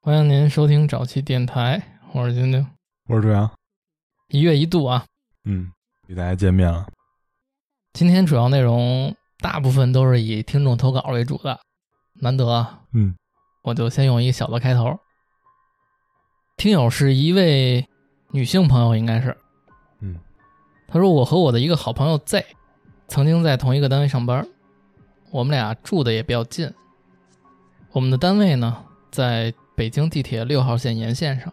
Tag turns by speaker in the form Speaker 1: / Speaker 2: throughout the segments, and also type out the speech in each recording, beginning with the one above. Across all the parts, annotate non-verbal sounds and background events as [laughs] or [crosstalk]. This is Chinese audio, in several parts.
Speaker 1: 欢迎您收听早期电台，我是晶晶。
Speaker 2: 我是朱阳，
Speaker 1: 一月一度啊，
Speaker 2: 嗯，与大家见面了，
Speaker 1: 今天主要内容大部分都是以听众投稿为主的，难得啊，
Speaker 2: 嗯，
Speaker 1: 我就先用一小的开头。听友是一位女性朋友，应该是，
Speaker 2: 嗯，
Speaker 1: 她说我和我的一个好朋友 Z 曾经在同一个单位上班，我们俩住的也比较近。我们的单位呢在北京地铁六号线沿线上，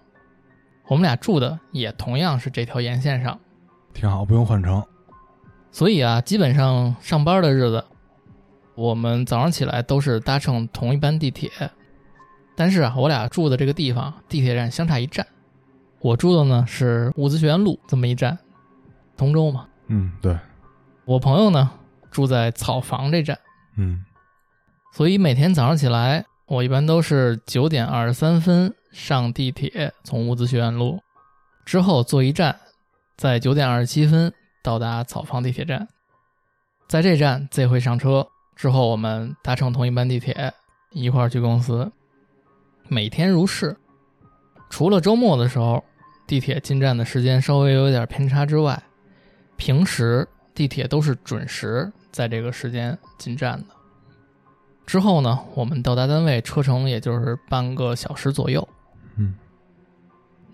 Speaker 1: 我们俩住的也同样是这条沿线上。
Speaker 2: 挺好，不用换乘，
Speaker 1: 所以啊，基本上上班的日子，我们早上起来都是搭乘同一班地铁。但是啊，我俩住的这个地方地铁站相差一站，我住的呢是伍子胥路这么一站，同州嘛。
Speaker 2: 嗯，对，
Speaker 1: 我朋友呢住在草房这站，
Speaker 2: 嗯
Speaker 1: 所以每天早上起来，我一般都是九点二十三分上地铁，从伍子胥路之后坐一站，在九点二十七分到达草房地铁站。在这站 Z 会上车之后，我们搭乘同一班地铁一块儿去公司，每天如是。除了周末的时候，地铁进站的时间稍微有点偏差之外，平时地铁都是准时在这个时间进站的。之后呢，我们到达单位车程也就是半个小时左右，
Speaker 2: 嗯，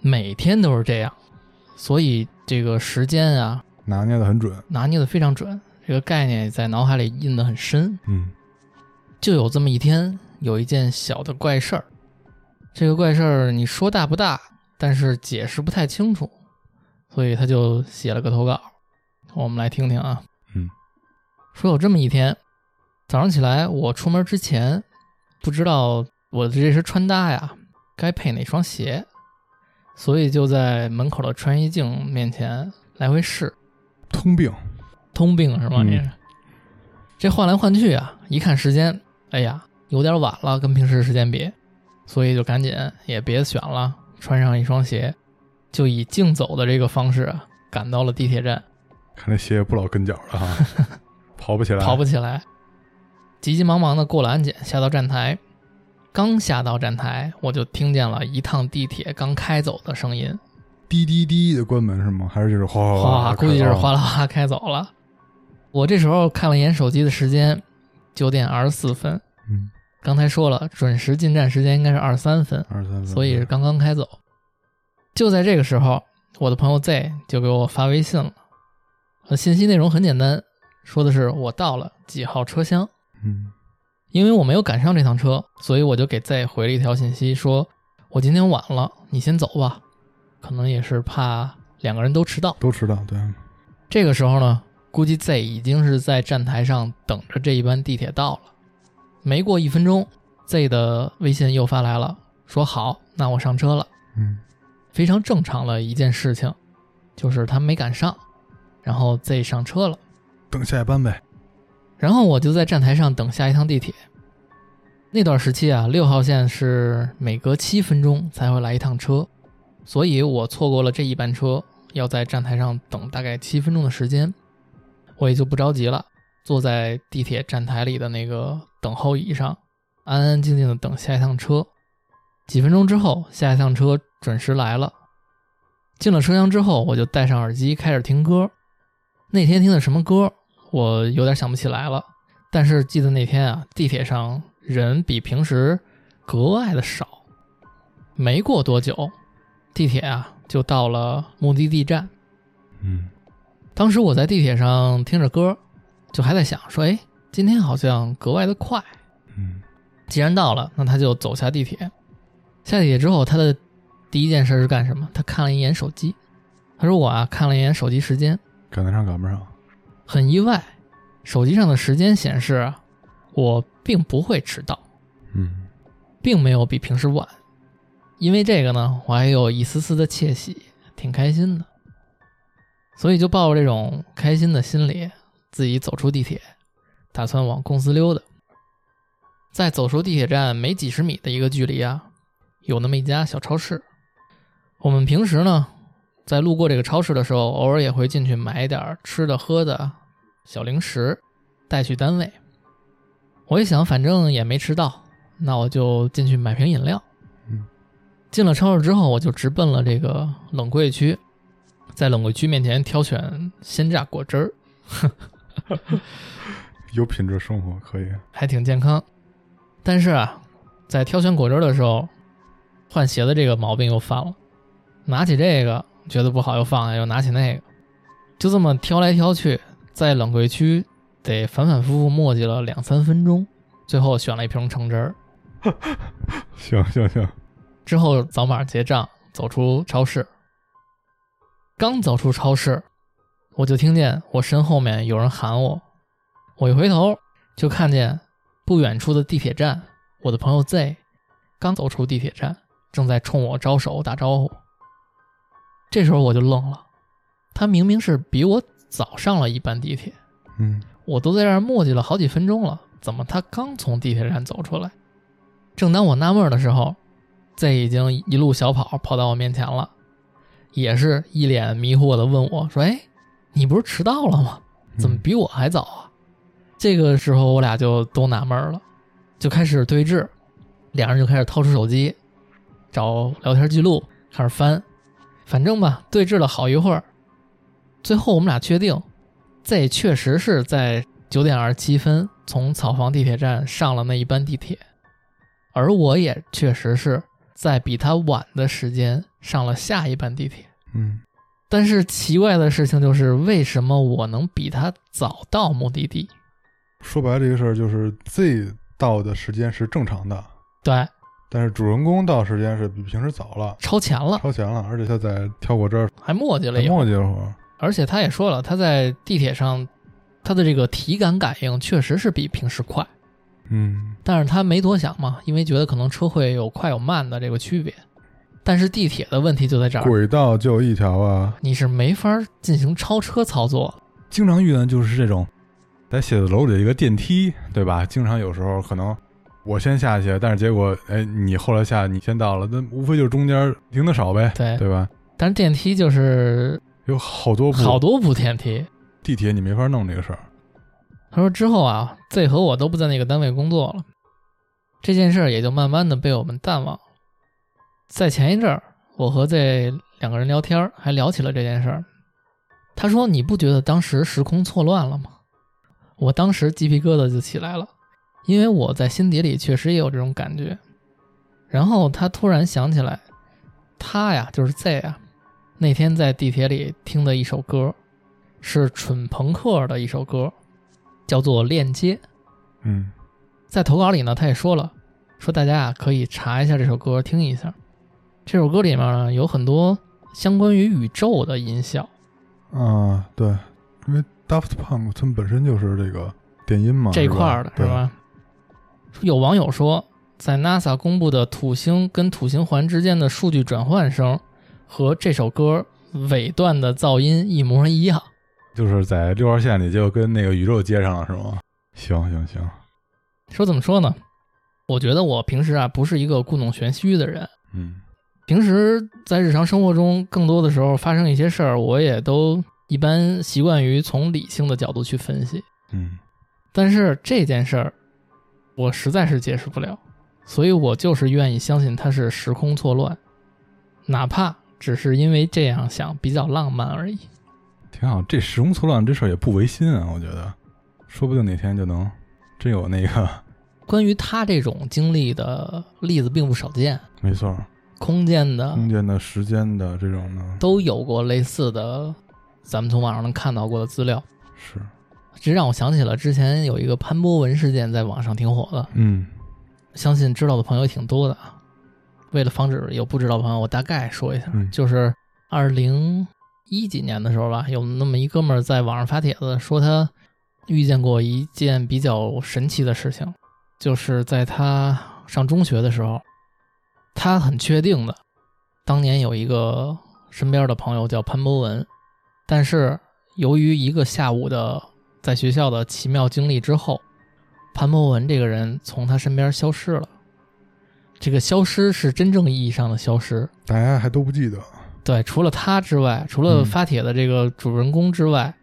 Speaker 1: 每天都是这样，所以这个时间啊
Speaker 2: 嗯拿捏的很准，
Speaker 1: 拿捏的非常准，这个概念在脑海里印得很深。
Speaker 2: 嗯
Speaker 1: 就有这么一天，有一件小的怪事儿，这个怪事儿你说大不大，但是解释不太清楚，所以他就写了个投稿，我们来听听啊。
Speaker 2: 嗯，
Speaker 1: 说有这么一天，早上起来我出门之前，不知道我的这身穿搭呀该配哪双鞋，所以就在门口的穿衣镜面前来回试，
Speaker 2: 通病，
Speaker 1: 通病是吗？
Speaker 2: 嗯
Speaker 1: 你、是这换来换去啊，一看时间，哎呀，有点晚了，跟平时时间比，所以就赶紧也别选了，穿上一双鞋，就以竞走的这个方式啊，赶到了地铁站，
Speaker 2: 看这鞋也不老跟脚了哈， [laughs] 跑不起来，
Speaker 1: 跑不起来，急急忙忙的过了安检，下到站台。刚下到站台，我就听见了一趟地铁刚开走的声音，
Speaker 2: 滴滴滴的关门是吗？还是就是哗哗
Speaker 1: 哗
Speaker 2: 哗，啊
Speaker 1: 啦，估计是哗啦哗啦开走了。我这时候看了一眼手机的时间，九点二十四分。
Speaker 2: 嗯，
Speaker 1: 刚才说了，准时进站时间应该是二十三分，
Speaker 2: 二十三分，
Speaker 1: 所以是刚刚开走。就在这个时候，我的朋友 Z 就给我发微信了，呃信息内容很简单，说的是我到了几号车厢。
Speaker 2: 嗯
Speaker 1: 因为我没有赶上这趟车，所以我就给 Z 回了一条信息，说我今天晚了，你先走吧。可能也是怕两个人都迟到。
Speaker 2: 都知道，对，
Speaker 1: 这个时候呢，估计 Z 已经是在站台上等着这一班地铁到了。没过一分钟，Z 的微信又发来了，说好，那我上车了。
Speaker 2: 嗯
Speaker 1: 非常正常的一件事情，就是他没赶上，然后 Z 上车了。
Speaker 2: 等下一班呗，
Speaker 1: 然后我就在站台上等下一趟地铁。那段时期啊，六号线是每隔七分钟才会来一趟车，所以我错过了这一班车，要在站台上等大概七分钟的时间。我也就不着急了，坐在地铁站台里的那个等候椅上，安安静静的等下一趟车。几分钟之后，下一趟车准时来了。进了车厢之后，我就戴上耳机开始听歌。那天听的什么歌，我有点想不起来了，但是记得那天啊，地铁上人比平时格外的少。没过多久，地铁啊就到了目的地站。
Speaker 2: 嗯
Speaker 1: 当时我在地铁上听着歌，就还在想说，哎，今天好像格外的快。
Speaker 2: 嗯
Speaker 1: 既然到了，那他就走下地铁。下地铁之后，他的第一件事是干什么？他看了一眼手机。他说：“我啊，看了一眼手机时间，
Speaker 2: 赶得上赶不上，
Speaker 1: 很意外，手机上的时间显示啊我并不会迟到，
Speaker 2: 嗯
Speaker 1: 并没有比平时晚。因为这个呢，我还有一丝丝的窃喜，挺开心的。所以就抱着这种开心的心理，自己走出地铁，打算往公司溜达。在走出地铁站没几十米的一个距离啊，有那么一家小超市。我们平时呢，在路过这个超市的时候，偶尔也会进去买点儿吃的喝的小零食，带去单位。我一想，反正也没迟到，那我就进去买瓶饮料。
Speaker 2: 嗯，
Speaker 1: 进了超市之后，我就直奔了这个冷柜区，在冷柜区面前挑选鲜榨果汁儿，
Speaker 2: 有品质生活可以。
Speaker 1: 还挺健康。但是啊，在挑选果汁儿的时候，换鞋的这个毛病又犯了，拿起这个觉得不好又放下，又拿起那个，就这么挑来挑去，在冷柜区得反反复复磨叽了两三分钟，最后选了一瓶橙汁儿。
Speaker 2: 行行行，
Speaker 1: 之后扫码结账，走出超市。刚走出超市，我就听见我身后面有人喊我，我一回头就看见不远处的地铁站，我的朋友 Z 刚走出地铁站，正在冲我招手打招呼。这时候我就愣了，他明明是比我早上了一班地铁，
Speaker 2: 嗯，
Speaker 1: 我都在这儿磨叽了好几分钟了，怎么他刚从地铁站走出来？正当我纳闷的时候，Z 已经一路小跑跑到我面前了，也是一脸迷惑的问我说：“哎，你不是迟到了吗？怎么比我还早啊？”这个时候我俩就都纳闷了，就开始对峙，两人就开始掏出手机找聊天记录开始翻，反正吧，对峙了好一会儿，最后我们俩确定，Z 确实是在九点二十七分从草房地铁站上了那一班地铁，而我也确实是在比他晚的时间上了下一班地铁。
Speaker 2: 嗯
Speaker 1: 但是奇怪的事情就是，为什么我能比他早到目的地？
Speaker 2: 嗯，说白了这个事儿就是 Z 到的时间是正常的，
Speaker 1: 对，
Speaker 2: 但是主人公到时间是比平时早了，
Speaker 1: 超前了，
Speaker 2: 超前了，而且他在挑果汁儿，
Speaker 1: 还磨哦叽了
Speaker 2: 还
Speaker 1: 一会儿。
Speaker 2: 磨叽了会儿。
Speaker 1: 而且他也说了，他在地铁上，他的这个体感感应确实是比平时快，
Speaker 2: 嗯，
Speaker 1: 但是他没多想嘛，因为觉得可能车会有快有慢的这个区别。但是啊地铁的问题就在这儿，
Speaker 2: 轨道就一条啊，
Speaker 1: 你是没法进行超车操作。
Speaker 2: 经常遇见就是这种，在写字楼里的一个电梯，对吧？经常有时候可能我先下去，但是结果哎，你后来下，你先到了，那无非就是中间停的少呗，
Speaker 1: 对
Speaker 2: 对吧？
Speaker 1: 但是电梯就是
Speaker 2: 有好多部
Speaker 1: 好多部电梯。
Speaker 2: 地铁你没法弄这个事儿，
Speaker 1: 他说之后啊，Z 和我都不在那个单位工作了，这件事儿也就慢慢的被我们淡忘了。在前一阵儿，我和 Z 两个人聊天儿，还聊起了这件事儿。他说：“你不觉得当时时空错乱了吗？”我当时鸡皮疙瘩就起来了，因为我在心底里确实也有这种感觉。然后他突然想起来，他呀，就是 Z 啊，那天在地铁里听的一首歌，是蠢朋克的一首歌，叫做《链接》。
Speaker 2: 嗯，
Speaker 1: 在投稿里呢，他也说了，说大家啊可以查一下这首歌，听一下。这首歌里面呢有很多相关于宇宙的音效，
Speaker 2: 啊，对，因为 Daft Punk 他们本身就是这个电音嘛，
Speaker 1: 这一块儿的
Speaker 2: 啊吧
Speaker 1: 是？吧？有网友说，在 NASA 公布的土星跟土星环之间的数据转换声和这首歌尾段的噪音一模一样。
Speaker 2: 对就是在六号线里就跟那个宇宙接上了，是吗？行行行，
Speaker 1: 说怎么说呢？我觉得我平时啊不是一个故弄玄虚的人，
Speaker 2: 嗯
Speaker 1: 平时在日常生活中，更多的时候发生一些事儿，我也都一般习惯于从理性的角度去分析。
Speaker 2: 嗯，
Speaker 1: 但是这件事儿，我实在是解释不了，所以我就是愿意相信它是时空错乱，哪怕只是因为这样想比较浪漫而已。
Speaker 2: 挺好。这时空错乱这事儿也不违心啊，我觉得，说不定哪天就能真有那个， [laughs]
Speaker 1: 关于他这种经历的例子并不少见，
Speaker 2: 没错儿，
Speaker 1: 空间的
Speaker 2: 空间的、时间的这种呢，
Speaker 1: 都有过类似的，咱们从网上能看到过的资料。
Speaker 2: 是，
Speaker 1: 这让我想起了之前有一个潘博文事件在网上挺火的，
Speaker 2: 嗯
Speaker 1: 相信知道的朋友也挺多的啊。为了防止有不知道的朋友，我大概说一下，
Speaker 2: 嗯
Speaker 1: 就是二零一几年的时候吧，有那么一哥们儿在网上发帖子说他遇见过一件比较神奇的事情，就是在他上中学的时候，他很确定的，当年有一个身边的朋友叫潘博文，但是由于一个下午的在学校的奇妙经历之后，潘博文这个人从他身边消失了。这个消失是真正意义上的消失，
Speaker 2: 大家还都不记得，
Speaker 1: 对，除了他之外，除了
Speaker 2: 嗯
Speaker 1: 发帖的这个主人公之外，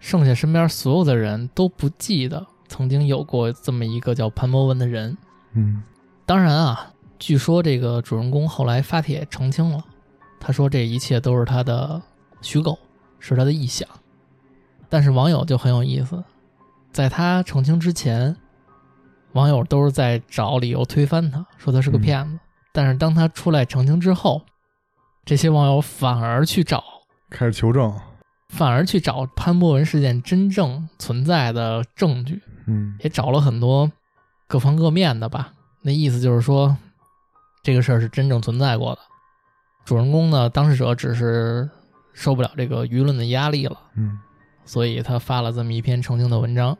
Speaker 1: 剩下身边所有的人都不记得曾经有过这么一个叫潘博文的人。
Speaker 2: 嗯
Speaker 1: 当然啊，据说这个主人公后来发帖澄清了，他说这一切都是他的虚构，是他的臆想。但是网友就很有意思，在他澄清之前，网友都是在找理由推翻他，说他是个
Speaker 2: 嗯
Speaker 1: 骗子。但是当他出来澄清之后，这些网友反而去找
Speaker 2: 开始求证，
Speaker 1: 反而去找潘博文事件真正存在的证据，
Speaker 2: 嗯
Speaker 1: 也找了很多各方各面的吧。那意思就是说，这个事儿是真正存在过的。主人公呢，当事者只是受不了这个舆论的压力了，
Speaker 2: 嗯
Speaker 1: 所以他发了这么一篇澄清的文章。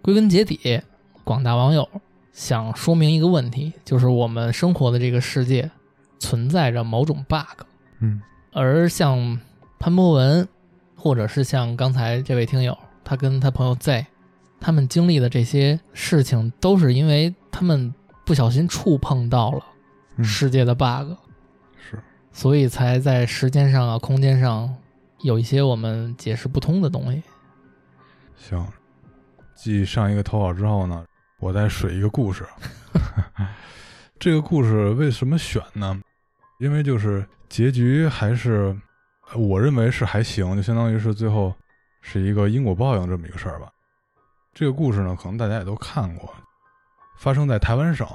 Speaker 1: 归根结底，广大网友想说明一个问题，就是我们生活的这个世界存在着某种 bug。
Speaker 2: 嗯
Speaker 1: 而像潘博文，或者是像刚才这位听友，他跟他朋友 Z，他们经历的这些事情，都是因为他们不小心触碰到了
Speaker 2: 嗯，
Speaker 1: 世界的 bug，、
Speaker 2: 是，
Speaker 1: 所以才在时间上啊、空间上有一些我们解释不通的东西。
Speaker 2: 行，继上一个投稿之后呢，我再水一个故事。 [laughs] 这个故事为什么选呢？因为就是结局还是呃我认为是还行，就相当于是最后是一个因果报应这么一个事儿吧。这个故事呢，可能大家也都看过，发生在台湾省，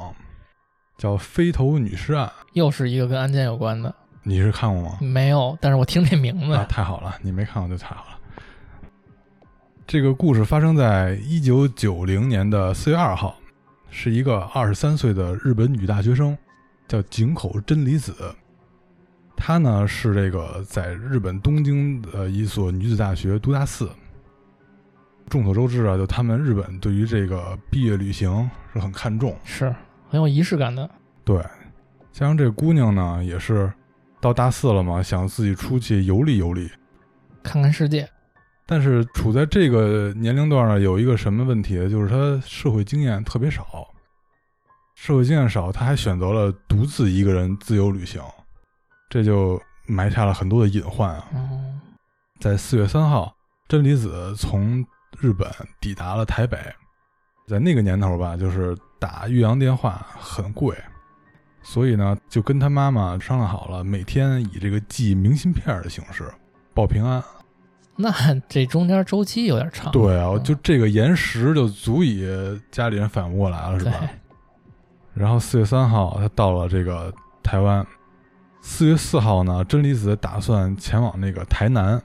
Speaker 2: 叫飞头女尸案。
Speaker 1: 又是一个跟案件有关的，
Speaker 2: 你是看过吗？
Speaker 1: 没有，但是我听这名字，[laughs]
Speaker 2: [laughs] 啊，太好了，你没看过就太好了。这个故事发生在一九九零年的四月二号，是一个二十三岁的日本女大学生，叫井口真理子。她呢是这个在日本东京的一所女子大学读大四。众所周知啊，就他们日本对于这个毕业旅行是很看重，
Speaker 1: 是很有仪式感的。
Speaker 2: 对，加上这姑娘呢也是到大四了嘛，想自己出去游历游历，
Speaker 1: 看看世界，
Speaker 2: 但是处在这个年龄段呢，有一个什么问题？就是他社会经验特别少，社会经验少，他还选择了独自一个人自由旅行，这就埋下了很多的隐患啊。
Speaker 1: 嗯，
Speaker 2: 在四月三号，真理子从日本抵达了台北。在那个年头吧，就是打岳阳电话很贵，所以呢，就跟他妈妈商量好了，每天以这个寄明信片的形式报平安。
Speaker 1: 那这中间周期有点长。
Speaker 2: 对啊，
Speaker 1: 嗯
Speaker 2: 就这个延时就足以家里人反应不过来了，是
Speaker 1: 对
Speaker 2: 吧？然后四月三号，他到了这个台湾。四月四号呢，真理子打算前往那个台南。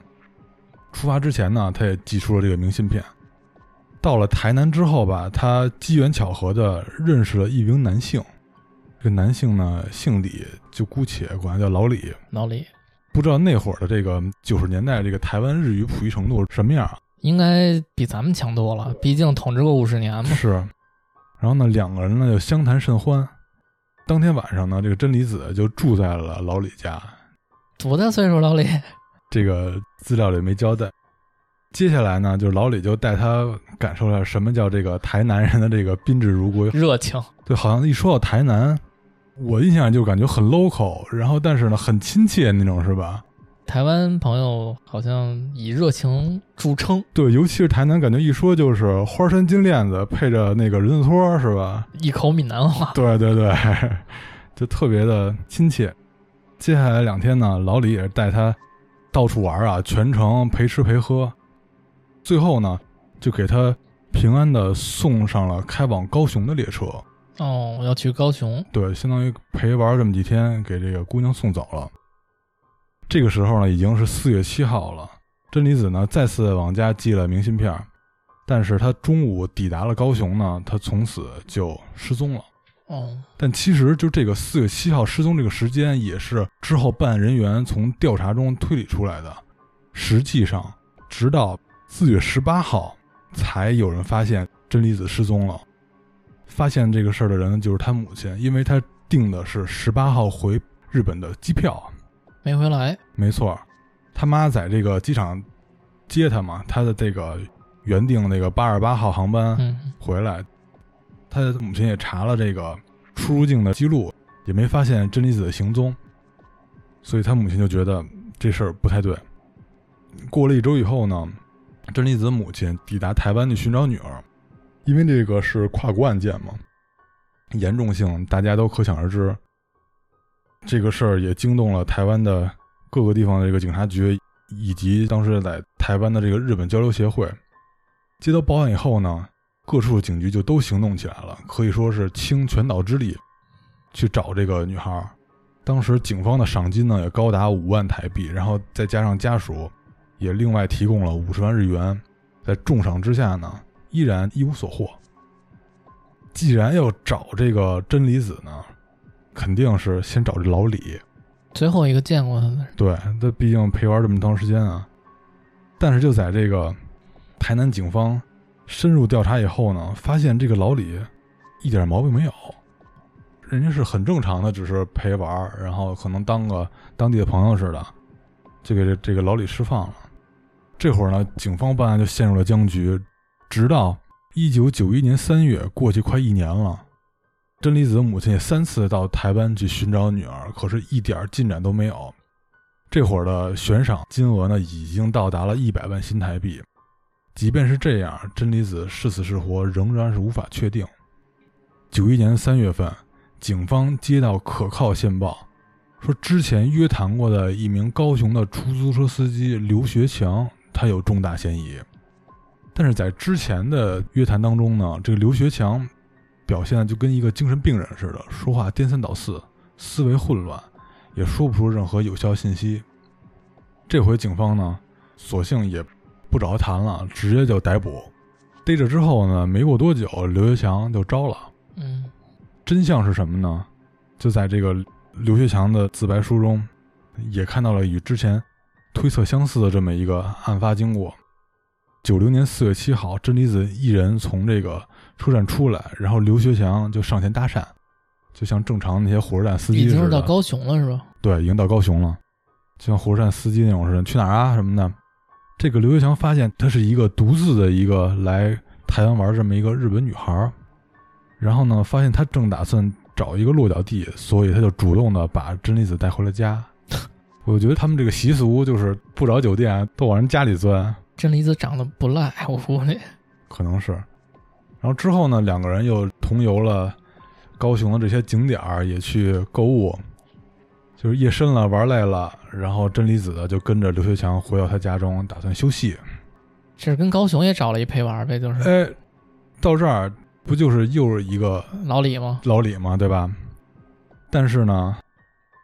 Speaker 2: 出发之前呢，他也寄出了这个明信片。到了台南之后吧，他机缘巧合的认识了一名男性。这个男性呢，姓李，就姑且管他叫老李。
Speaker 1: 老李
Speaker 2: 不知道那会儿的这个九十年代这个台湾日语普及程度是什么样啊？
Speaker 1: 应该比咱们强多了，毕竟统治过五十年嘛。
Speaker 2: 是，然后呢，两个人呢就相谈甚欢。当天晚上呢，这个真理子就住在了老李家，
Speaker 1: 多大岁数，老李？
Speaker 2: 这个资料里没交代。接下来呢，就是老李就带他感受了什么叫这个台南人的这个宾至如归，
Speaker 1: 热情，
Speaker 2: 对，好像一说到台南，我印象就感觉很 local，然后但是呢很亲切那种，是吧？
Speaker 1: 台湾朋友好像以热情著称，
Speaker 2: 对，尤其是台南，感觉一说就是花山金链子配着那个人字拖，是吧？
Speaker 1: 一口闽南话。
Speaker 2: [laughs] 对对对，就特别的亲切。接下来两天呢，老李也是带他到处玩啊，全程陪吃陪喝。最后呢，就给他平安的送上了开往高雄的列车。
Speaker 1: 哦，我要去高雄，
Speaker 2: 对，相当于陪玩这么几天，给这个姑娘送走了。这个时候呢，已经是四月七号了。真理子呢再次往家寄了明信片儿，但是她中午抵达了高雄呢，她从此就失踪了。
Speaker 1: 哦，
Speaker 2: 但其实就这个四月七号失踪这个时间，也是之后办案人员从调查中推理出来的。实际上，直到四月十八号，才有人发现真理子失踪了。发现这个事儿的人就是他母亲，因为他订的是十八号回日本的机票。
Speaker 1: 没回来。
Speaker 2: 没错，他妈在这个机场接他嘛，他的这个原定那个八二八号航班，
Speaker 1: 嗯，
Speaker 2: 回来，他的母亲也查了这个出入境的记录，也没发现真理子的行踪，所以他母亲就觉得这事儿不太对。过了一周以后呢，真理子母亲抵达台湾去寻找女儿，因为这个是跨国案件嘛，严重性大家都可想而知。这个事儿也惊动了台湾的各个地方的这个警察局，以及当时在台湾的这个日本交流协会。接到报案以后呢，各处警局就都行动起来了，可以说是倾全岛之力去找这个女孩儿。当时警方的赏金呢也高达五万台币，然后再加上家属也另外提供了五十万日元，在重赏之下呢，依然一无所获。既然要找这个真理子呢，肯定是先找这老李。
Speaker 1: 最后一个见过他的人，
Speaker 2: 对，他毕竟陪玩这么长时间啊。但是就在这个台南警方深入调查以后呢，发现这个老李一点毛病没有，人家是很正常的，只是陪玩儿，然后可能当个当地的朋友似的，就给这这个老李释放了。这会儿呢，警方办案就陷入了僵局，直到一九九一年三月，过去快一年了。真理子的母亲也三次到台湾去寻找女儿，可是一点儿进展都没有。这会儿的悬赏金额呢，已经到达了一百万新台币。即便是这样，真理子是死是活仍然是无法确定。九一年三月份，警方接到可靠线报，说之前约谈过的一名高雄的出租车司机刘学强，他有重大嫌疑。但是在之前的约谈当中呢，这个刘学强表现的就跟一个精神病人似的，说话颠三倒四，思维混乱，也说不出任何有效信息。这回警方呢，索性也不找他谈了，直接就逮捕。逮着之后呢，没过多久，刘学强就招了。
Speaker 1: 嗯，
Speaker 2: 真相是什么呢？就在这个刘学强的自白书中，也看到了与之前推测相似的这么一个案发经过。九零年四月七号，真理子一人从这个车站出来，然后刘学强就上前搭讪，就像正常那些火车站司机
Speaker 1: 已
Speaker 2: 似
Speaker 1: 经
Speaker 2: 的。
Speaker 1: 是到高雄了是吧？
Speaker 2: 对，已经到高雄了，就像火车站司机那种似的，去哪儿啊什么的。这个刘学强发现她是一个独自的一个来台湾玩这么一个日本女孩儿，然后呢，发现她正打算找一个落脚地，所以他就主动的把真理子带回了家。我觉得他们这个习俗就是不找酒店都往人家里钻，
Speaker 1: 真理子长得不赖，我估计。
Speaker 2: 可能是。然后之后呢，两个人又同游了高雄的这些景点儿，也去购物，就是夜深了，玩累了，然后真理子就跟着刘学强回到他家中，打算休息。
Speaker 1: 这是跟高雄也找了一陪玩儿呗，就是
Speaker 2: 哎，到这儿不就是又是一个
Speaker 1: 老李吗？
Speaker 2: 老李嘛，对吧？但是呢，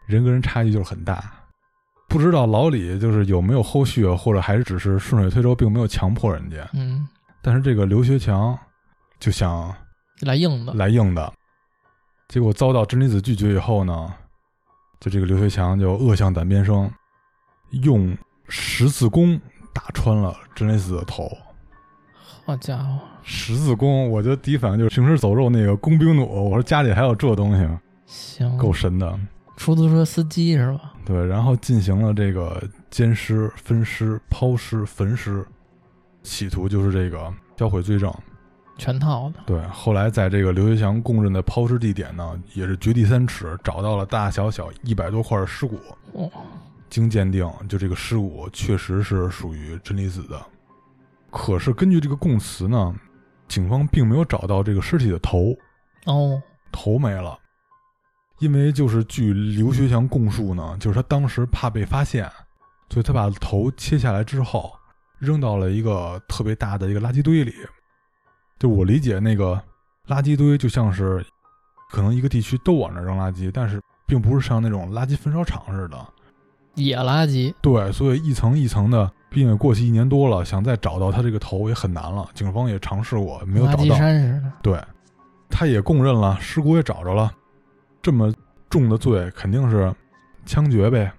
Speaker 2: 人跟人差距就是很大，不知道老李就是有没有后续，或者还是只是顺水推舟，并没有强迫人家。
Speaker 1: 嗯，
Speaker 2: 但是这个刘学强就想
Speaker 1: 来硬的。
Speaker 2: 来硬的，结果遭到真理子拒绝以后呢，就这个刘学强就恶向胆边生，用十字弓打穿了真理子的头。
Speaker 1: 好家伙，
Speaker 2: 十字弓，我觉得第一反应就是《行尸走肉》那个弓兵弩，我说家里还有这东西吗，
Speaker 1: 行，
Speaker 2: 够神的。
Speaker 1: 出租车司机是吧？
Speaker 2: 对，然后进行了这个奸尸、分尸、抛尸、焚尸，企图就是这个销毁罪证。
Speaker 1: 全套的。
Speaker 2: 对，后来在这个刘学强供认的抛尸地点呢，也是掘地三尺，找到了大大小小一百多块尸骨。
Speaker 1: 哦，
Speaker 2: 经鉴定，就这个尸骨确实是属于真理子的。可是根据这个供词呢，警方并没有找到这个尸体的头，
Speaker 1: 哦，
Speaker 2: 头没了。因为就是据刘学强供述呢，就是他当时怕被发现，所以他把头切下来之后扔到了一个特别大的一个垃圾堆里。就我理解，那个垃圾堆就像是可能一个地区都往那儿扔垃圾，但是并不是像那种垃圾焚烧厂似的。
Speaker 1: 野垃圾。
Speaker 2: 对，所以一层一层的，毕竟过去一年多了，想再找到他这个头也很难了。警方也尝试过，没有
Speaker 1: 垃
Speaker 2: 找
Speaker 1: 圾
Speaker 2: 到。
Speaker 1: 山似的。
Speaker 2: 对，他也供认了，尸骨也找着了，这么重的罪肯定是枪决呗。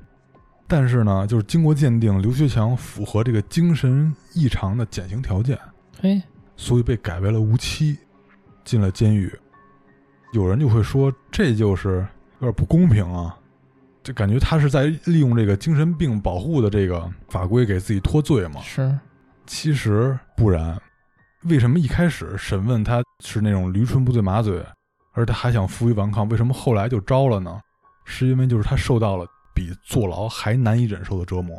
Speaker 2: 但是呢，就是经过鉴定，刘学强符合这个精神异常的减刑条件，
Speaker 1: 嘿，
Speaker 2: 所以被改为了无期，进了监狱。有人就会说，这就是有点不公平啊，就感觉他是在利用这个精神病保护的这个法规给自己脱罪嘛。
Speaker 1: 是
Speaker 2: 其实不然，为什么一开始审问他是那种驴唇不对马嘴，而他还想负隅顽抗？为什么后来就招了呢？是因为就是他受到了比坐牢还难以忍受的折磨。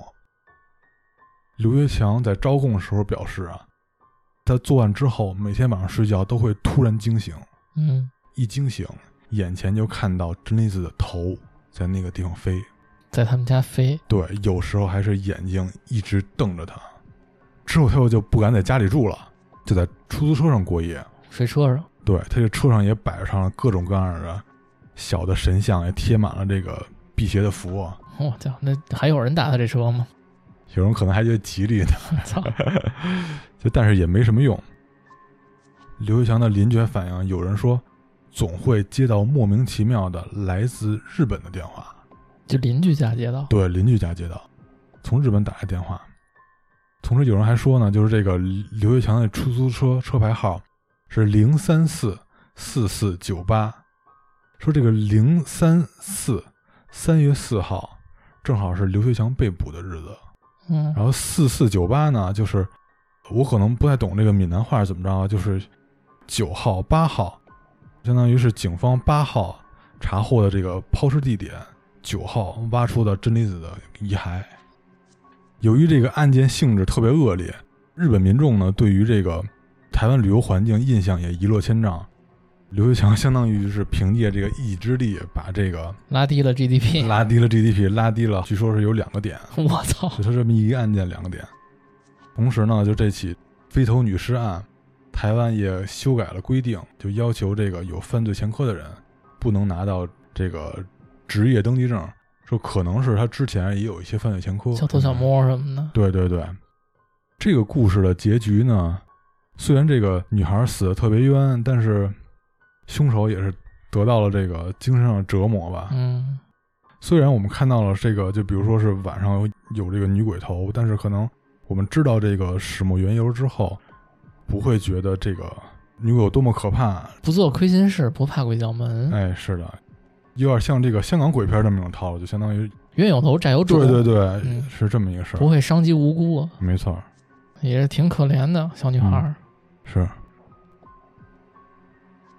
Speaker 2: 刘学强在招供的时候表示啊，他作案之后每天晚上睡觉都会突然惊醒，
Speaker 1: 嗯，
Speaker 2: 一惊醒，眼前就看到真理子的头在那个地方飞。
Speaker 1: 在他们家飞，
Speaker 2: 对，有时候还是眼睛一直瞪着他。之后他就不敢在家里住了，就在出租车上过夜。
Speaker 1: 水车上，
Speaker 2: 对，他这车上也摆上了各种各样的小的神像，也贴满了这个辟邪的符啊。
Speaker 1: 我操，那还有人打他这车吗？
Speaker 2: 有人可能还觉得吉利呢， [laughs]
Speaker 1: 操，
Speaker 2: 就但是也没什么用。刘玉强的邻居还反映，有人说总会接到莫名其妙的来自日本的电话。
Speaker 1: 就邻居家街道，
Speaker 2: 对，邻居家接到，从日本打来电话。同时有人还说呢，就是这个刘学强的出租车车牌号是零三四四四九八，说这个零三四三月四号正好是刘学强被捕的日子，
Speaker 1: 嗯
Speaker 2: 然后四四九八呢，就是我可能不太懂这个闽南话是怎么着啊，就是九号八号，相当于是警方八号查获的这个抛尸地点，九号挖出的真离子的遗骸。由于这个案件性质特别恶劣，日本民众呢对于这个台湾旅游环境印象也一落千丈。刘学强相当于是凭借这个一己之力，把这个
Speaker 1: 拉低了 GDP，
Speaker 2: 拉低了 GDP，拉低了，据说是有两个点。
Speaker 1: 我操，
Speaker 2: 就他这么一个案件两个点。同时呢，就这起飞头女尸案，台湾也修改了规定，就要求这个有犯罪前科的人不能拿到这个职业登记证，说可能是他之前也有一些犯罪前科。
Speaker 1: 小偷小。摸什么的，
Speaker 2: 对对对，这个故事的结局呢，虽然这个女孩死的特别冤，但是凶手也是得到了这个精神上的折磨吧。
Speaker 1: 嗯，
Speaker 2: 虽然我们看到了这个，就比如说是晚上有有这个女鬼头，但是可能我们知道这个始末缘由之后，不会觉得这个女鬼有多么可怕。
Speaker 1: 不做亏心事，不怕鬼叫门，
Speaker 2: 哎，是的，有点像这个香港鬼片的那种套路，就相当于
Speaker 1: 冤有头债有主，
Speaker 2: 对对对，
Speaker 1: 嗯
Speaker 2: 是这么一个事儿
Speaker 1: 不，会伤及无辜啊，
Speaker 2: 没错儿，
Speaker 1: 也是挺可怜的小
Speaker 2: 嗯
Speaker 1: 女孩儿。
Speaker 2: 是哎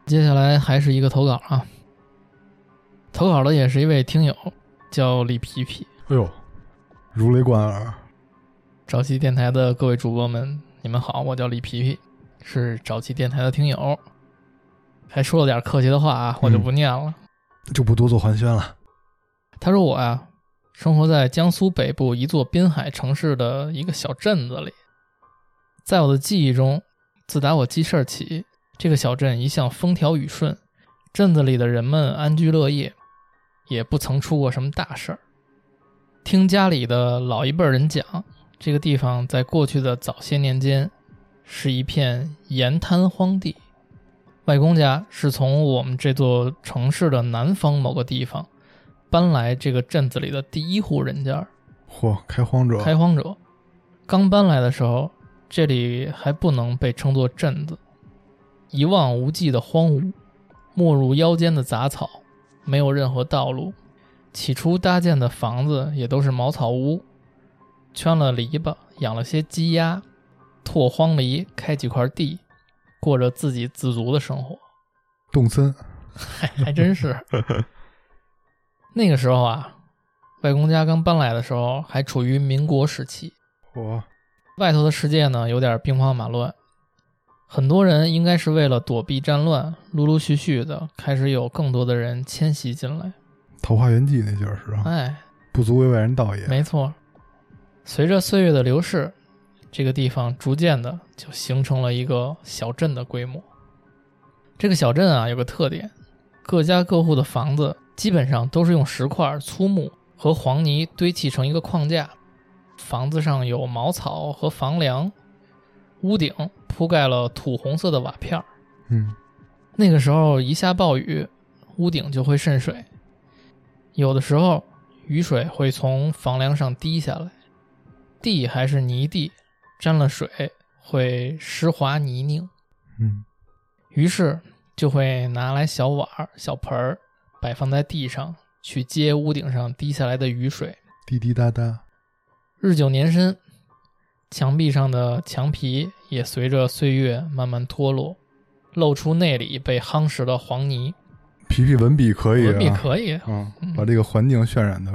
Speaker 1: 接下来还是一个投稿啊，投稿的也是一位听友，叫李皮皮。
Speaker 2: 哎呦，如雷贯耳，
Speaker 1: 早期电台的各位主播们，你们好，我叫李皮皮，是早期电台的听友，还说了点客气的话啊，我就不念了。
Speaker 2: 就不多做寒暄了。
Speaker 1: 他说我呀、生活在江苏北部一座滨海城市的一个小镇子里。在我的记忆中，自打我记事儿起，这个小镇一向风调雨顺，镇子里的人们安居乐业，也不曾出过什么大事儿。听家里的老一辈人讲，这个地方在过去的早些年间，是一片盐滩荒地。外公家是从我们这座城市的南方某个地方搬来这个镇子里的第一户人家
Speaker 2: 嚯，开荒者，
Speaker 1: 开荒者。刚搬来的时候，这里还不能被称作镇子，一望无际的荒芜，没入腰间的杂草，没有任何道路。起初搭建的房子也都是茅草屋，圈了篱笆，养了些鸡鸭，拓荒篱，开几块地，过着自给自足的生活。
Speaker 2: 动森，
Speaker 1: 还还真是。那个时候啊，外公家刚搬来的时候还处于民国时期，
Speaker 2: 嚯，
Speaker 1: 外头的世界呢有点兵荒马乱，很多人应该是为了躲避战乱，陆陆续续的开始有更多的人迁徙进来。
Speaker 2: 桃花源记那劲儿是啊，
Speaker 1: 哎，
Speaker 2: 不足为外人道也。
Speaker 1: 没错，随着岁月的流逝，这个地方逐渐的就形成了一个小镇的规模。这个小镇啊有个特点，各家各户的房子基本上都是用石块、粗木和黄泥堆砌成一个框架，房子上有茅草和房梁，屋顶铺盖了土红色的瓦片儿。
Speaker 2: 嗯，
Speaker 1: 那个时候一下暴雨，屋顶就会渗水，有的时候雨水会从房梁上滴下来，地还是泥地，沾了水会湿滑泥泞，
Speaker 2: 嗯，
Speaker 1: 于是就会拿来小碗儿、小盆儿摆放在地上，去接屋顶上滴下来的雨水。
Speaker 2: 滴滴答答，
Speaker 1: 日久年深，墙壁上的墙皮也随着岁月慢慢脱落，露出内里被夯实的黄泥。
Speaker 2: 皮皮文笔可以、啊，
Speaker 1: 文笔可以。
Speaker 2: 嗯
Speaker 1: 嗯，
Speaker 2: 把这个环境渲染的，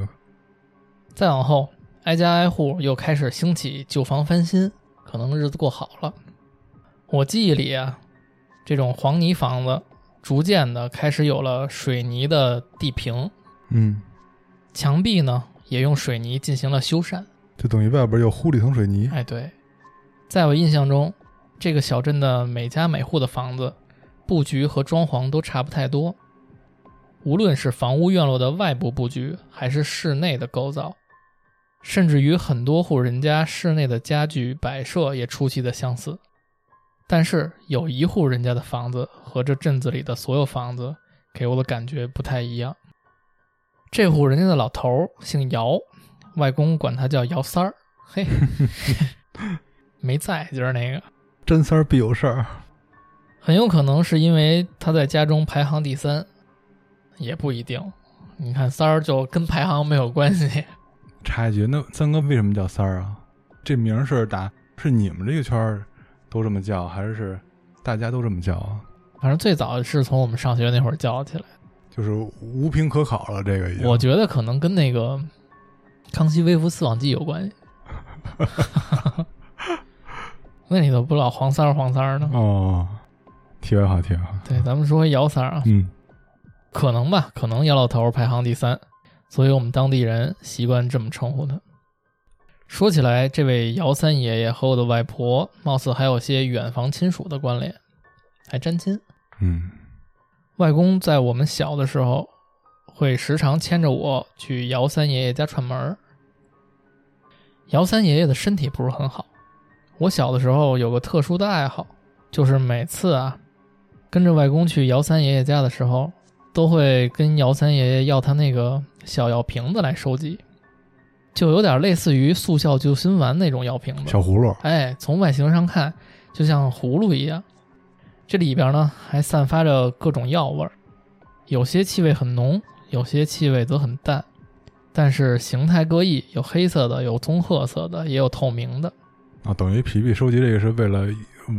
Speaker 1: 再往后，挨家挨户又开始兴起旧房翻新，可能日子过好了。我记忆里啊，这种黄泥房子逐渐的开始有了水泥的地坪，
Speaker 2: 嗯，
Speaker 1: 墙壁呢也用水泥进行了修缮。
Speaker 2: 就等于外边又糊了一层水泥。
Speaker 1: 哎，对，在我印象中，这个小镇的每家每户的房子布局和装潢都差不太多。无论是房屋院落的外部布局，还是室内的构造，甚至于很多户人家室内的家具摆设也出奇的相似。但是有一户人家的房子和这镇子里的所有房子给我的感觉不太一样。这户人家的老头儿姓姚，外公管他叫姚三儿。嘿，没在今儿那个，
Speaker 2: 真三儿必有事儿。
Speaker 1: 很有可能是因为他在家中排行第三，也不一定。你看三儿就跟排行没有关系，
Speaker 2: 插一句，那三哥为什么叫三儿啊？这名儿是打是你们这个圈儿都这么叫，还是大家都这么叫啊？
Speaker 1: 反正最早是从我们上学那会儿叫起来。
Speaker 2: 就是无凭可考了，这个已经。
Speaker 1: 我觉得可能跟那个《康熙微服私访记》有
Speaker 2: [laughs]
Speaker 1: 关系。 [laughs] 那你都不老黄三儿黄三儿呢？
Speaker 2: 哦，题外话，题外话。
Speaker 1: 对，咱们说回姚三儿啊，
Speaker 2: 嗯，
Speaker 1: 可能吧，可能姚老头儿排行第三，所以我们当地人习惯这么称呼他。说起来，这位姚三爷爷和我的外婆，貌似还有些远房亲属的关联，还沾亲。
Speaker 2: 嗯，
Speaker 1: 外公在我们小的时候，会时常牵着我去姚三爷爷家串门儿。姚三爷爷的身体不是很好，我小的时候有个特殊的爱好，就是每次啊，跟着外公去姚三爷爷家的时候，都会跟姚三爷爷要他那个小药瓶子来收集，就有点类似于速效救心丸那种药瓶子。
Speaker 2: 小葫芦，
Speaker 1: 哎，从外形上看，就像葫芦一样。这里边呢还散发着各种药味儿，有些气味很浓，有些气味则很淡，但是形态各异，有黑色的，有棕褐色的，也有透明的，
Speaker 2: 啊，等于皮皮收集这个是为了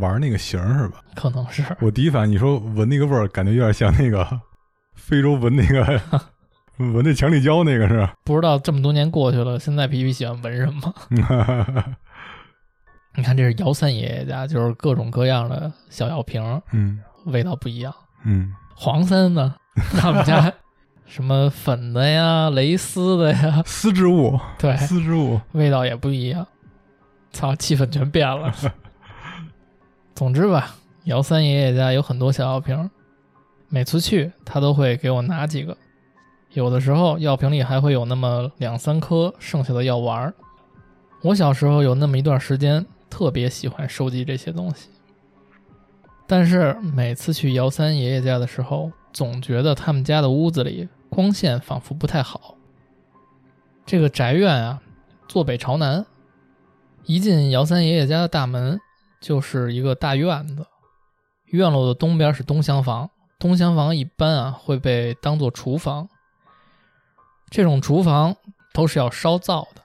Speaker 2: 玩那个形儿是吧？
Speaker 1: 可能是
Speaker 2: 我第一反应你说闻那个味儿，感觉有点像那个 [laughs] 非洲闻那个 [laughs] 闻那强力胶那个是吧？
Speaker 1: 不知道这么多年过去了，现在皮皮喜欢闻什么？ [laughs] 你看，这是姚三爷爷家，就是各种各样的小药瓶儿，
Speaker 2: [laughs] 嗯
Speaker 1: 味道不一样。
Speaker 2: 嗯，
Speaker 1: 黄三呢， [laughs] 他们家什么粉的呀、蕾丝的呀，
Speaker 2: 丝织物，
Speaker 1: 对，
Speaker 2: [laughs] 丝织物，
Speaker 1: 味道也不一样。操，气氛全变了。总之吧，姚三爷爷家有很多小药瓶儿，每次去他都会给我拿几个，有的时候药瓶里还会有那么两三颗剩下的药丸儿。我小时候有那么一段时间特别喜欢收集这些东西，但是每次去姚三爷爷家的时候，总觉得他们家的屋子里光线仿佛不太好。这个宅院啊，坐北朝南，一进姚三爷爷家的大门，就是一个大院子。院落的东边是东厢房，东厢房一般啊会被当做厨房。这种厨房都是要烧灶的，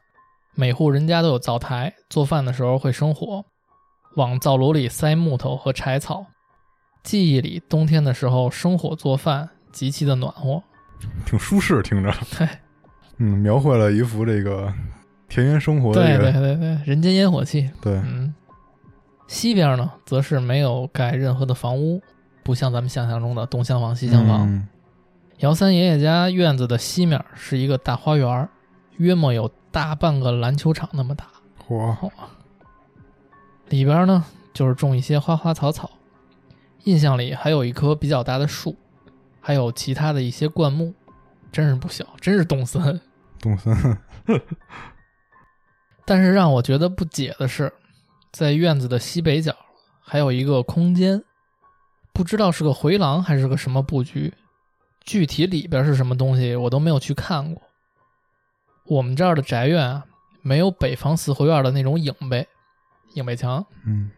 Speaker 1: 每户人家都有灶台，做饭的时候会生火，往灶炉里塞木头和柴草。记忆里，冬天的时候生火做饭极其的暖和。 [laughs]
Speaker 2: 挺舒适，听着。
Speaker 1: 对，
Speaker 2: 嗯，描绘了一幅这个田园生活的
Speaker 1: 对
Speaker 2: 一
Speaker 1: 对
Speaker 2: 个
Speaker 1: 对对，人间烟火气，
Speaker 2: 对
Speaker 1: 嗯，西边呢，则是没有盖任何的房屋，不像咱们想象中的东厢房、西厢房。
Speaker 2: 嗯
Speaker 1: 姚三爷爷家院子的西面是一个大花园儿，约莫有大半个篮球场那么大。
Speaker 2: 嚯，
Speaker 1: 里边呢，就是种一些花花草草。印象里还有一棵比较大的树，还有其他的一些灌木，真是不小，真是动森。
Speaker 2: 动森，
Speaker 1: 但是让我觉得不解的是，在院子的西北角还有一个空间，不知道是个回廊还是个什么布局，具体里边是什么东西我都没有去看过。我们这儿的宅院啊，没有北方四合院的那种影背、影背墙，
Speaker 2: 嗯，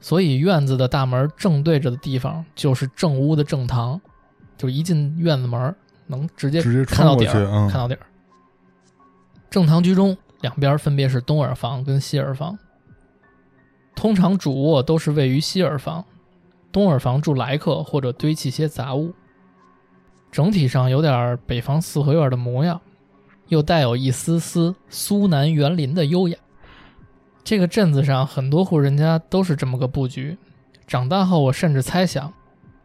Speaker 1: 所以院子的大门正对着的地方就是正屋的正堂，就一进院子门儿能直接
Speaker 2: 直接
Speaker 1: 看
Speaker 2: 穿
Speaker 1: 到
Speaker 2: 过
Speaker 1: 底
Speaker 2: 去
Speaker 1: 儿，
Speaker 2: 啊
Speaker 1: 看，到底儿。正堂居中，两边分别是东耳房跟西耳房。通常主卧都是位于西耳房，东耳房住来客或者堆砌些杂物。整体上有点儿北方四合院的模样，又带有一丝丝苏南园林的优雅。这个镇子上很多户人家都是这么个布局。长大后，我甚至猜想，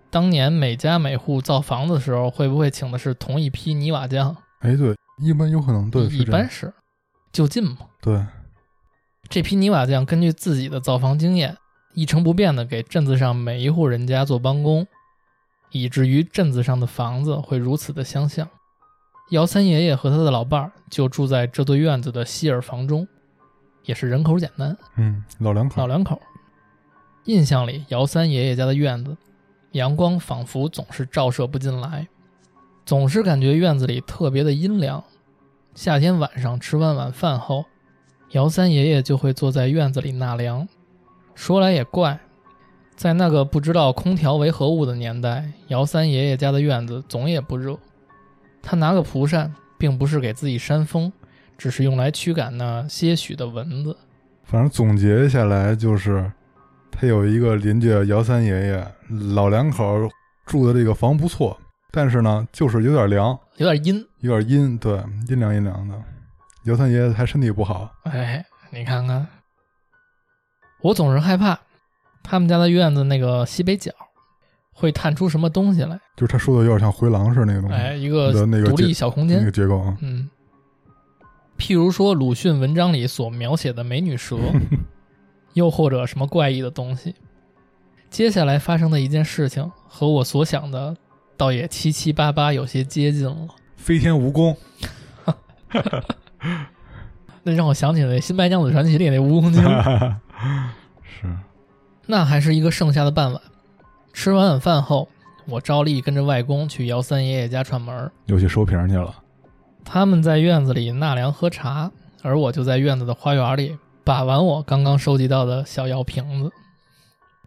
Speaker 1: 当年每家每户造房子的时候，会不会请的是同一批泥瓦匠？
Speaker 2: 哎，对，一般有可能对，是
Speaker 1: 一
Speaker 2: 这样
Speaker 1: 般是就近嘛。
Speaker 2: 对，
Speaker 1: 这批泥瓦匠根据自己的造房经验，一成不变的给镇子上每一户人家做帮工，以至于镇子上的房子会如此的相像。姚三爷爷和他的老伴儿就住在这座院子的西耳房中，也是人口简单，
Speaker 2: 嗯，老两
Speaker 1: 老
Speaker 2: 口，
Speaker 1: 两口。印象里，姚三爷爷家的院子，阳光仿佛总是照射不进来，总是感觉院子里特别的阴凉。夏天晚上吃完晚饭后，姚三爷爷就会坐在院子里纳凉。说来也怪，在那个不知道空调为何物的年代，姚三爷爷家的院子总也不热。他拿个蒲扇，并不是给自己扇风，只是用来驱赶那些许的蚊子。
Speaker 2: 反正总结下来就是，他有一个邻居姚三爷爷，老两口住的这个房不错，但是呢，就是有点凉，
Speaker 1: 有点阴，
Speaker 2: 有点阴，对，阴凉阴凉的。姚三爷爷还身体不好，
Speaker 1: 哎，你看看，我总是害怕他们家的院子那个西北角会探出什么东西来。
Speaker 2: 就是他说的有点像回廊似的那个东西、
Speaker 1: 哎，一个
Speaker 2: 的嗯那个
Speaker 1: 独立
Speaker 2: 结
Speaker 1: 小空
Speaker 2: 那个
Speaker 1: 间，
Speaker 2: 结构
Speaker 1: [laughs]
Speaker 2: 啊，
Speaker 1: 嗯，譬如说鲁迅文章里所描写的美女
Speaker 2: [laughs]
Speaker 1: 蛇，又或者什么怪异的东西。接下来发生的一件事情和我所想的倒也七七八八有些接近了，
Speaker 2: 飞天蜈蚣，
Speaker 1: 那让我想起了《新白娘子传奇》里那蜈
Speaker 2: [laughs]
Speaker 1: 蚣精。
Speaker 2: 是，
Speaker 1: 那还是一个盛夏的傍晚，吃完晚饭后，我照例跟着外公去姚三爷爷家串门儿。
Speaker 2: 又去收瓶去了。
Speaker 1: 他们在院子里纳凉喝茶，而我就在院子的花园里把玩我刚刚收集到的小药瓶子。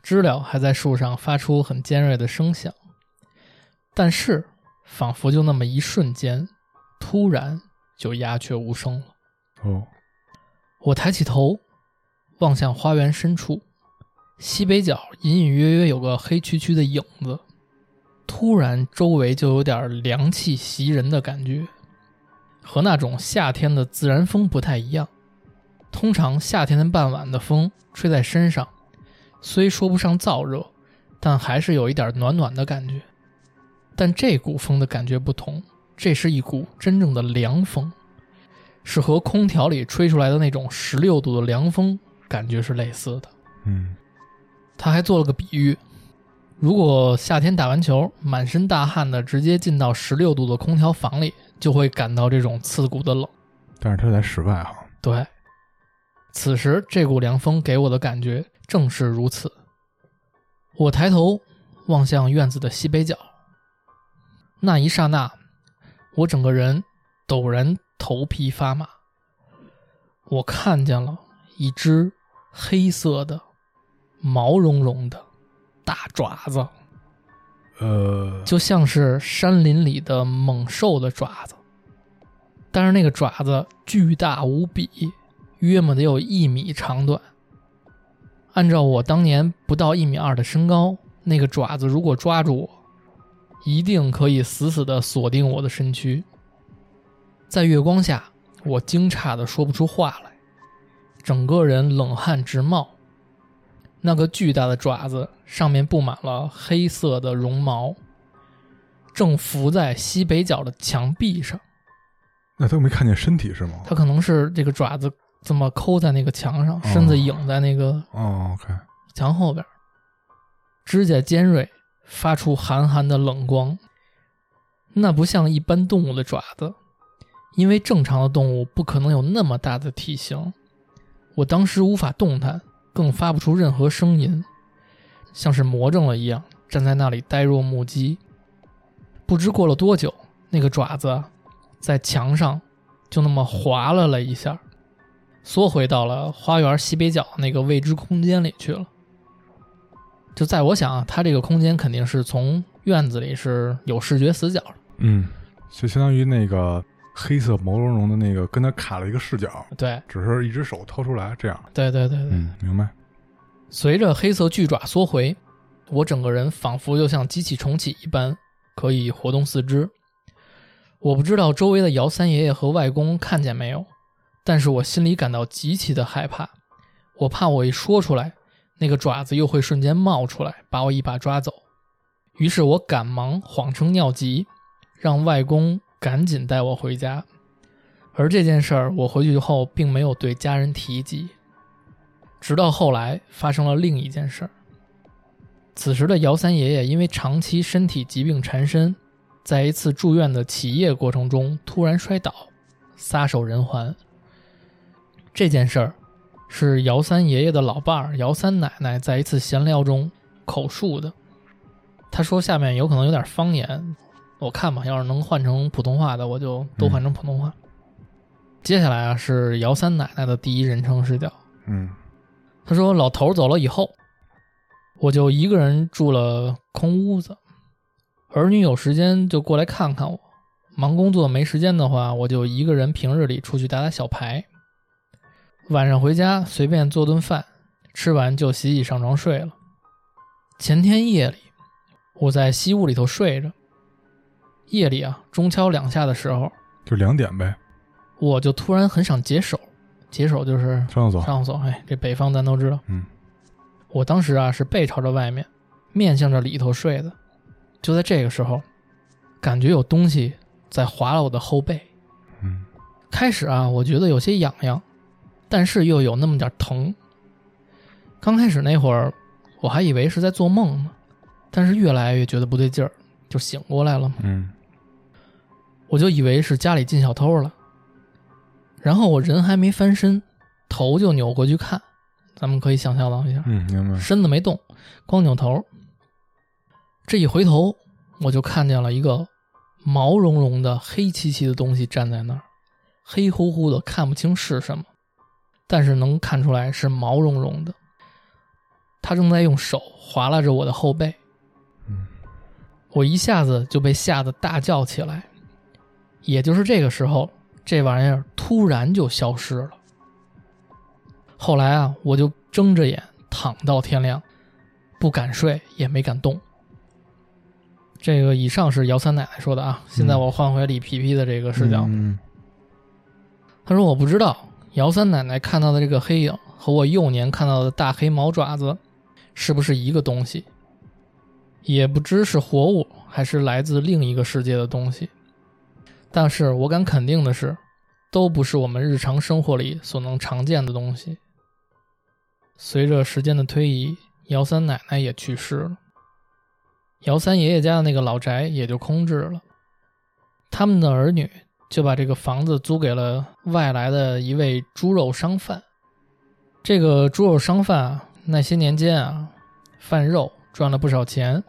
Speaker 1: 知了还在树上发出很尖锐的声响，但是仿佛就那么一瞬间，突然就鸦雀无声了。
Speaker 2: 哦，
Speaker 1: 我抬起头，望向花园深处，西北角隐隐约约有个黑黢黢的影子。突然，周围就有点凉气袭人的感觉，和那种夏天的自然风不太一样。通常夏天的傍晚的风吹在身上，虽说不上燥热，但还是有一点暖暖的感觉。但这股风的感觉不同，这是一股真正的凉风。是和空调里吹出来的那种十六度的凉风感觉是类似的。
Speaker 2: 嗯，
Speaker 1: 他还做了个比喻：如果夏天打完球，满身大汗的直接进到十六度的空调房里，就会感到这种刺骨的冷。
Speaker 2: 但是他在室外啊哈，
Speaker 1: 对，此时这股凉风给我的感觉正是如此。我抬头望向院子的西北角，那一刹那，我整个人陡然头皮发麻。我看见了一只黑色的、毛茸茸的大爪子，
Speaker 2: 呃，
Speaker 1: 就像是山林里的猛兽的爪子，但是那个爪子巨大无比，约莫得有一米长短。按照我当年不到一米二的身高，那个爪子如果抓住我，一定可以死死地锁定我的身躯。在月光下，我惊诧地说不出话来，整个人冷汗直冒。那个巨大的爪子上面布满了黑色的绒毛，正伏在西北角的墙壁上。
Speaker 2: 那他没看见身体是吗？
Speaker 1: 它可能是这个爪子这么抠在那个墙上，
Speaker 2: 哦
Speaker 1: 身子影在那个
Speaker 2: 哦，OK，
Speaker 1: 墙后边儿，指甲尖锐，发出寒寒的冷光。那不像一般动物的爪子，因为正常的动物不可能有那么大的体型。我当时无法动弹，更发不出任何声音，像是魔怔了一样，站在那里呆若木鸡。不知过了多久，那个爪子啊在墙上就那么划拉了一下，缩回到了花园西北角那个未知空间里去了。就在我想啊，它这个空间肯定是从院子里是有视觉死角的，
Speaker 2: 嗯，就相当于那个黑色毛茸茸的那个跟他卡了一个视角，
Speaker 1: 对，
Speaker 2: 只是一只手掏出来这样。
Speaker 1: 对对对对。
Speaker 2: 嗯，明白。
Speaker 1: 随着黑色巨爪缩回，我整个人仿佛就像机器重启一般，可以活动四肢。我不知道周围的姚三爷爷和外公看见没有，但是我心里感到极其的害怕。我怕我一说出来，那个爪子又会瞬间冒出来，把我一把抓走。于是我赶忙谎称尿急，让外公赶紧带我回家。而这件事儿，我回去后并没有对家人提及，直到后来发生了另一件事儿。此时的姚三爷爷因为长期身体疾病缠身，在一次住院的起夜过程中突然摔倒，撒手人寰。这件事儿是姚三爷爷的老伴儿姚三奶奶在一次闲聊中口述的。他说下面有可能有点方言，我看吧，要是能换成普通话的，我就都换成普通话。接下来啊是姚三奶奶的第一人称视角，
Speaker 2: 嗯
Speaker 1: 她说老头儿走了以后，我就一个人住了空屋子，儿女有时间就过来看看我，忙工作没时间的话，我就一个人平日里出去打打小牌，晚上回家随便做顿饭，吃完就洗洗上床睡了。前天夜里，我在西屋里头睡着，夜里啊钟敲两下的时候，
Speaker 2: 就两点呗，
Speaker 1: 我就突然很想解手，解手就是
Speaker 2: 上厕所。
Speaker 1: 上厕所，哎，这北方咱都知道。
Speaker 2: 嗯，
Speaker 1: 我当时啊是背朝着外面，面向着里头睡的。就在这个时候，感觉有东西在划拉我的后背。
Speaker 2: 嗯，
Speaker 1: 开始啊，我觉得有些痒痒，但是又有那么点疼。刚开始那会儿，我还以为是在做梦呢，但是越来越觉得不对劲儿，就醒过来了嘛。
Speaker 2: 嗯
Speaker 1: 我就以为是家里进小偷了。然后我人还没翻身，头就扭过去看，咱们可以想象到一下，
Speaker 2: 嗯，明白。
Speaker 1: 身子没动，光扭头。这一回头，我就看见了一个毛茸茸的、黑漆漆的东西站在那儿，黑乎乎的，看不清是什么，但是能看出来是毛茸茸的。它正在用手划拉着我的后背，
Speaker 2: 嗯
Speaker 1: 我一下子就被吓得大叫起来。也就是这个时候，这玩意儿突然就消失了。后来啊，我就睁着眼躺到天亮，不敢睡，也没敢动。这个以上是姚三奶奶说的啊，现在我换回李皮皮的这个视角，
Speaker 2: 嗯
Speaker 1: 他说：“我不知道姚三奶奶看到的这个黑影和我幼年看到的大黑毛爪子是不是一个东西，也不知是活物还是来自另一个世界的东西。但是我敢肯定的是，都不是我们日常生活里所能常见的东西。”随着时间的推移，姚三奶奶也去世了，姚三爷爷家的那个老宅也就空置了。他们的儿女就把这个房子租给了外来的一位猪肉商贩。这个猪肉商贩啊，那些年间啊，贩肉赚了不少钱，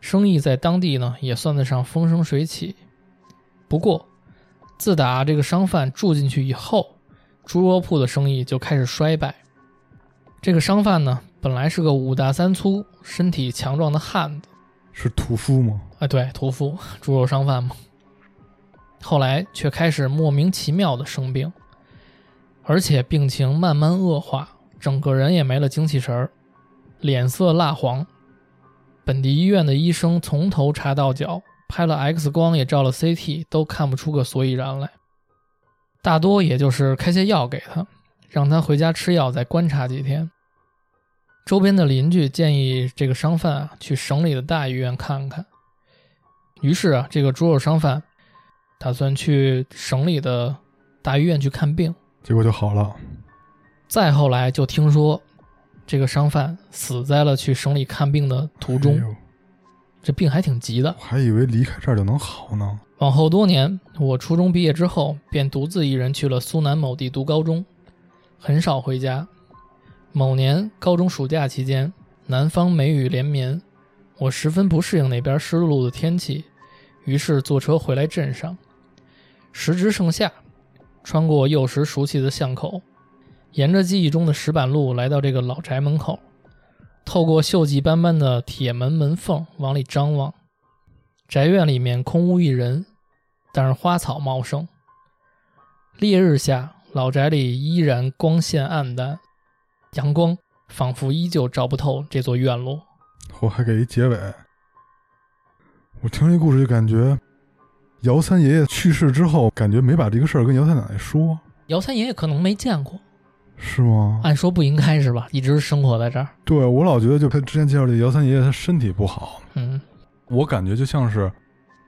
Speaker 1: 生意在当地呢也算得上风生水起。不过，自打这个商贩住进去以后，猪肉铺的生意就开始衰败。这个商贩呢，本来是个五大三粗、身体强壮的汉子。
Speaker 2: 是屠夫吗？
Speaker 1: 啊，对，屠夫、猪肉商贩嘛。后来却开始莫名其妙的生病，而且病情慢慢恶化，整个人也没了精气神儿，脸色蜡黄。本地医院的医生从头查到脚，拍了 X 光，也照了 CT，都看不出个所以然来。大多也就是开些药给他，让他回家吃药，再观察几天。周边的邻居建议这个商贩啊去省里的大医院看看。于是啊，这个猪肉商贩打算去省里的大医院去看病。
Speaker 2: 结果就好了。
Speaker 1: 再后来就听说，这个商贩死在了去省里看病的途中
Speaker 2: 哎，呦
Speaker 1: 这病还挺急的
Speaker 2: 我。还以为离开这儿就能好呢。
Speaker 1: 往后多年，我初中毕业之后便独自一人去了苏南某地读高中，很少回家。某年高中暑假期间，南方梅雨连绵，我十分不适应那边湿漉漉的天气，于是坐车回来镇上。时值盛夏，穿过幼时熟悉的巷口，沿着记忆中的石板路来到这个老宅门口，透过锈迹斑斑的铁门门缝往里张望。宅院里面空无一人，但是花草茂盛。烈日下，老宅里依然光线暗淡，阳光仿佛依旧照不透这座院落。
Speaker 2: 我还给一结尾。我听这故事就感觉，姚三爷爷去世之后，感觉没把这个事儿跟姚三奶奶说，
Speaker 1: 姚三爷爷可能没见过，
Speaker 2: 是吗？
Speaker 1: 按说不应该是吧？一直生活在这儿，
Speaker 2: 对我老觉得，就他之前介绍的姚三爷，他身体不好，
Speaker 1: 嗯
Speaker 2: 我感觉就像是，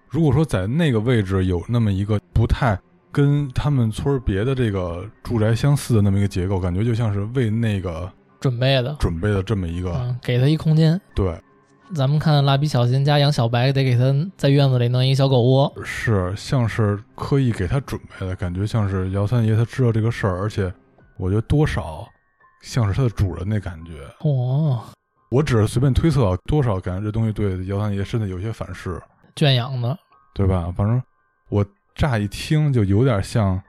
Speaker 2: 如果说在那个位置有那么一个不太跟他们村儿别的这个住宅相似的那么一个结构，感觉就像是为那个
Speaker 1: 准备的，
Speaker 2: 准备的这么一个、
Speaker 1: 嗯，给他一空间。
Speaker 2: 对，
Speaker 1: 咱们看蜡笔小新家养小白，得给他在院子里弄一小狗窝，
Speaker 2: 是像是刻意给他准备的感觉，像是姚三爷他知道这个事儿，而且我觉得多少像是他的主人那感觉。
Speaker 1: 哦，
Speaker 2: 我只是随便推测啊，多少感觉这东西对姚三爷身体有些反噬，
Speaker 1: 圈养的，
Speaker 2: 对吧？反正我乍一听就有点像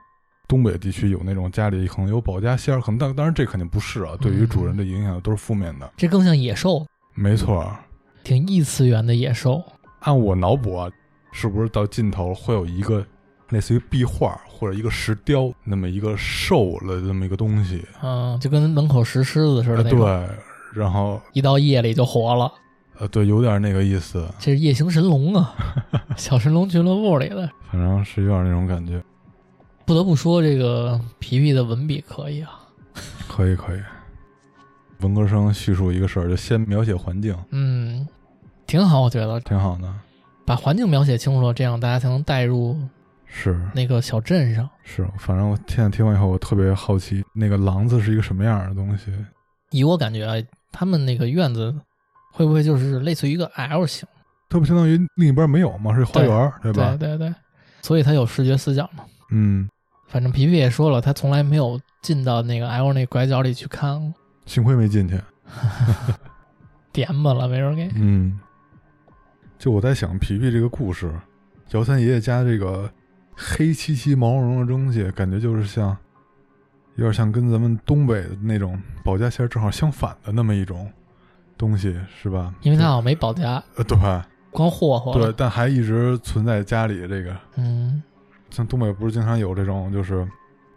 Speaker 2: 东北地区有那种家里可能有保家仙儿，可能当当然这肯定不是啊，对于主人的影响都是负面的。
Speaker 1: 这更像野兽，
Speaker 2: 没错儿，
Speaker 1: 挺异次元的野兽。
Speaker 2: 按我脑补啊，是不是到尽头会有一个类似于壁画或者一个石雕那么一个兽的这么一个东西？
Speaker 1: 嗯，就跟门口石狮子似的
Speaker 2: 呃
Speaker 1: 那种，
Speaker 2: 对，然后
Speaker 1: 一到夜里就活了。
Speaker 2: 呃，对，有点那个意思，
Speaker 1: 这是夜行神龙
Speaker 2: [laughs]
Speaker 1: 啊，小神龙俱乐部里的。
Speaker 2: 反正是有点那种感觉。
Speaker 1: 不得不说，这个皮皮的文笔可以啊。
Speaker 2: 可以，可以。文科生叙述一个事儿，就先描写环境，
Speaker 1: 嗯，挺好，我觉得
Speaker 2: 挺好的。
Speaker 1: 把环境描写清楚了，这样大家才能带入
Speaker 2: 是
Speaker 1: 那个小镇上。
Speaker 2: 是，反正我现在听完以后，我特别好奇那个廊子是一个什么样的东西。
Speaker 1: 以我感觉啊，他们那个院子会不会就是类似于一个 L 型？
Speaker 2: 它不相当于另一边没有吗？是花园儿，对吧？
Speaker 1: 对对对，所以他有视觉死角嘛。
Speaker 2: 嗯，
Speaker 1: 反正皮皮也说了，他从来没有进到那个 L 那拐角里去看过，
Speaker 2: 幸亏没进去。
Speaker 1: 点吧了，没人给。
Speaker 2: 嗯，就我在想皮皮这个故事，姚三爷爷家这个黑漆漆毛茸茸的东西，感觉就是像，有点像跟咱们东北的那种保家仙儿正好相反的那么一种东西，是吧？
Speaker 1: 因为他好像没保家，
Speaker 2: 呃，对吧
Speaker 1: 光霍霍了。
Speaker 2: 对，但还一直存在家里这个。
Speaker 1: 嗯，
Speaker 2: 像东北不是经常有这种就是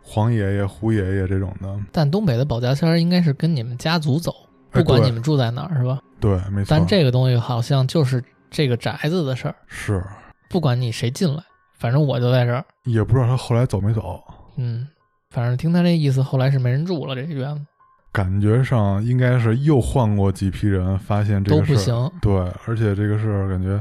Speaker 2: 黄爷爷、胡爷爷这种的，
Speaker 1: 但东北的保家仙儿应该是跟你们家族走，
Speaker 2: 哎
Speaker 1: 不管
Speaker 2: 对
Speaker 1: 你们住在哪儿，是吧？
Speaker 2: 对，没错，
Speaker 1: 但这个东西好像就是这个宅子的事儿，
Speaker 2: 是
Speaker 1: 不管你谁进来，反正我就在这儿。
Speaker 2: 也不知道他后来走没走，
Speaker 1: 嗯，反正听他这意思，后来是没人住了，这院子
Speaker 2: 感觉上应该是又换过几批人，发现这
Speaker 1: 都
Speaker 2: 个事
Speaker 1: 不
Speaker 2: 儿
Speaker 1: 行。
Speaker 2: 对，而且这个事儿感觉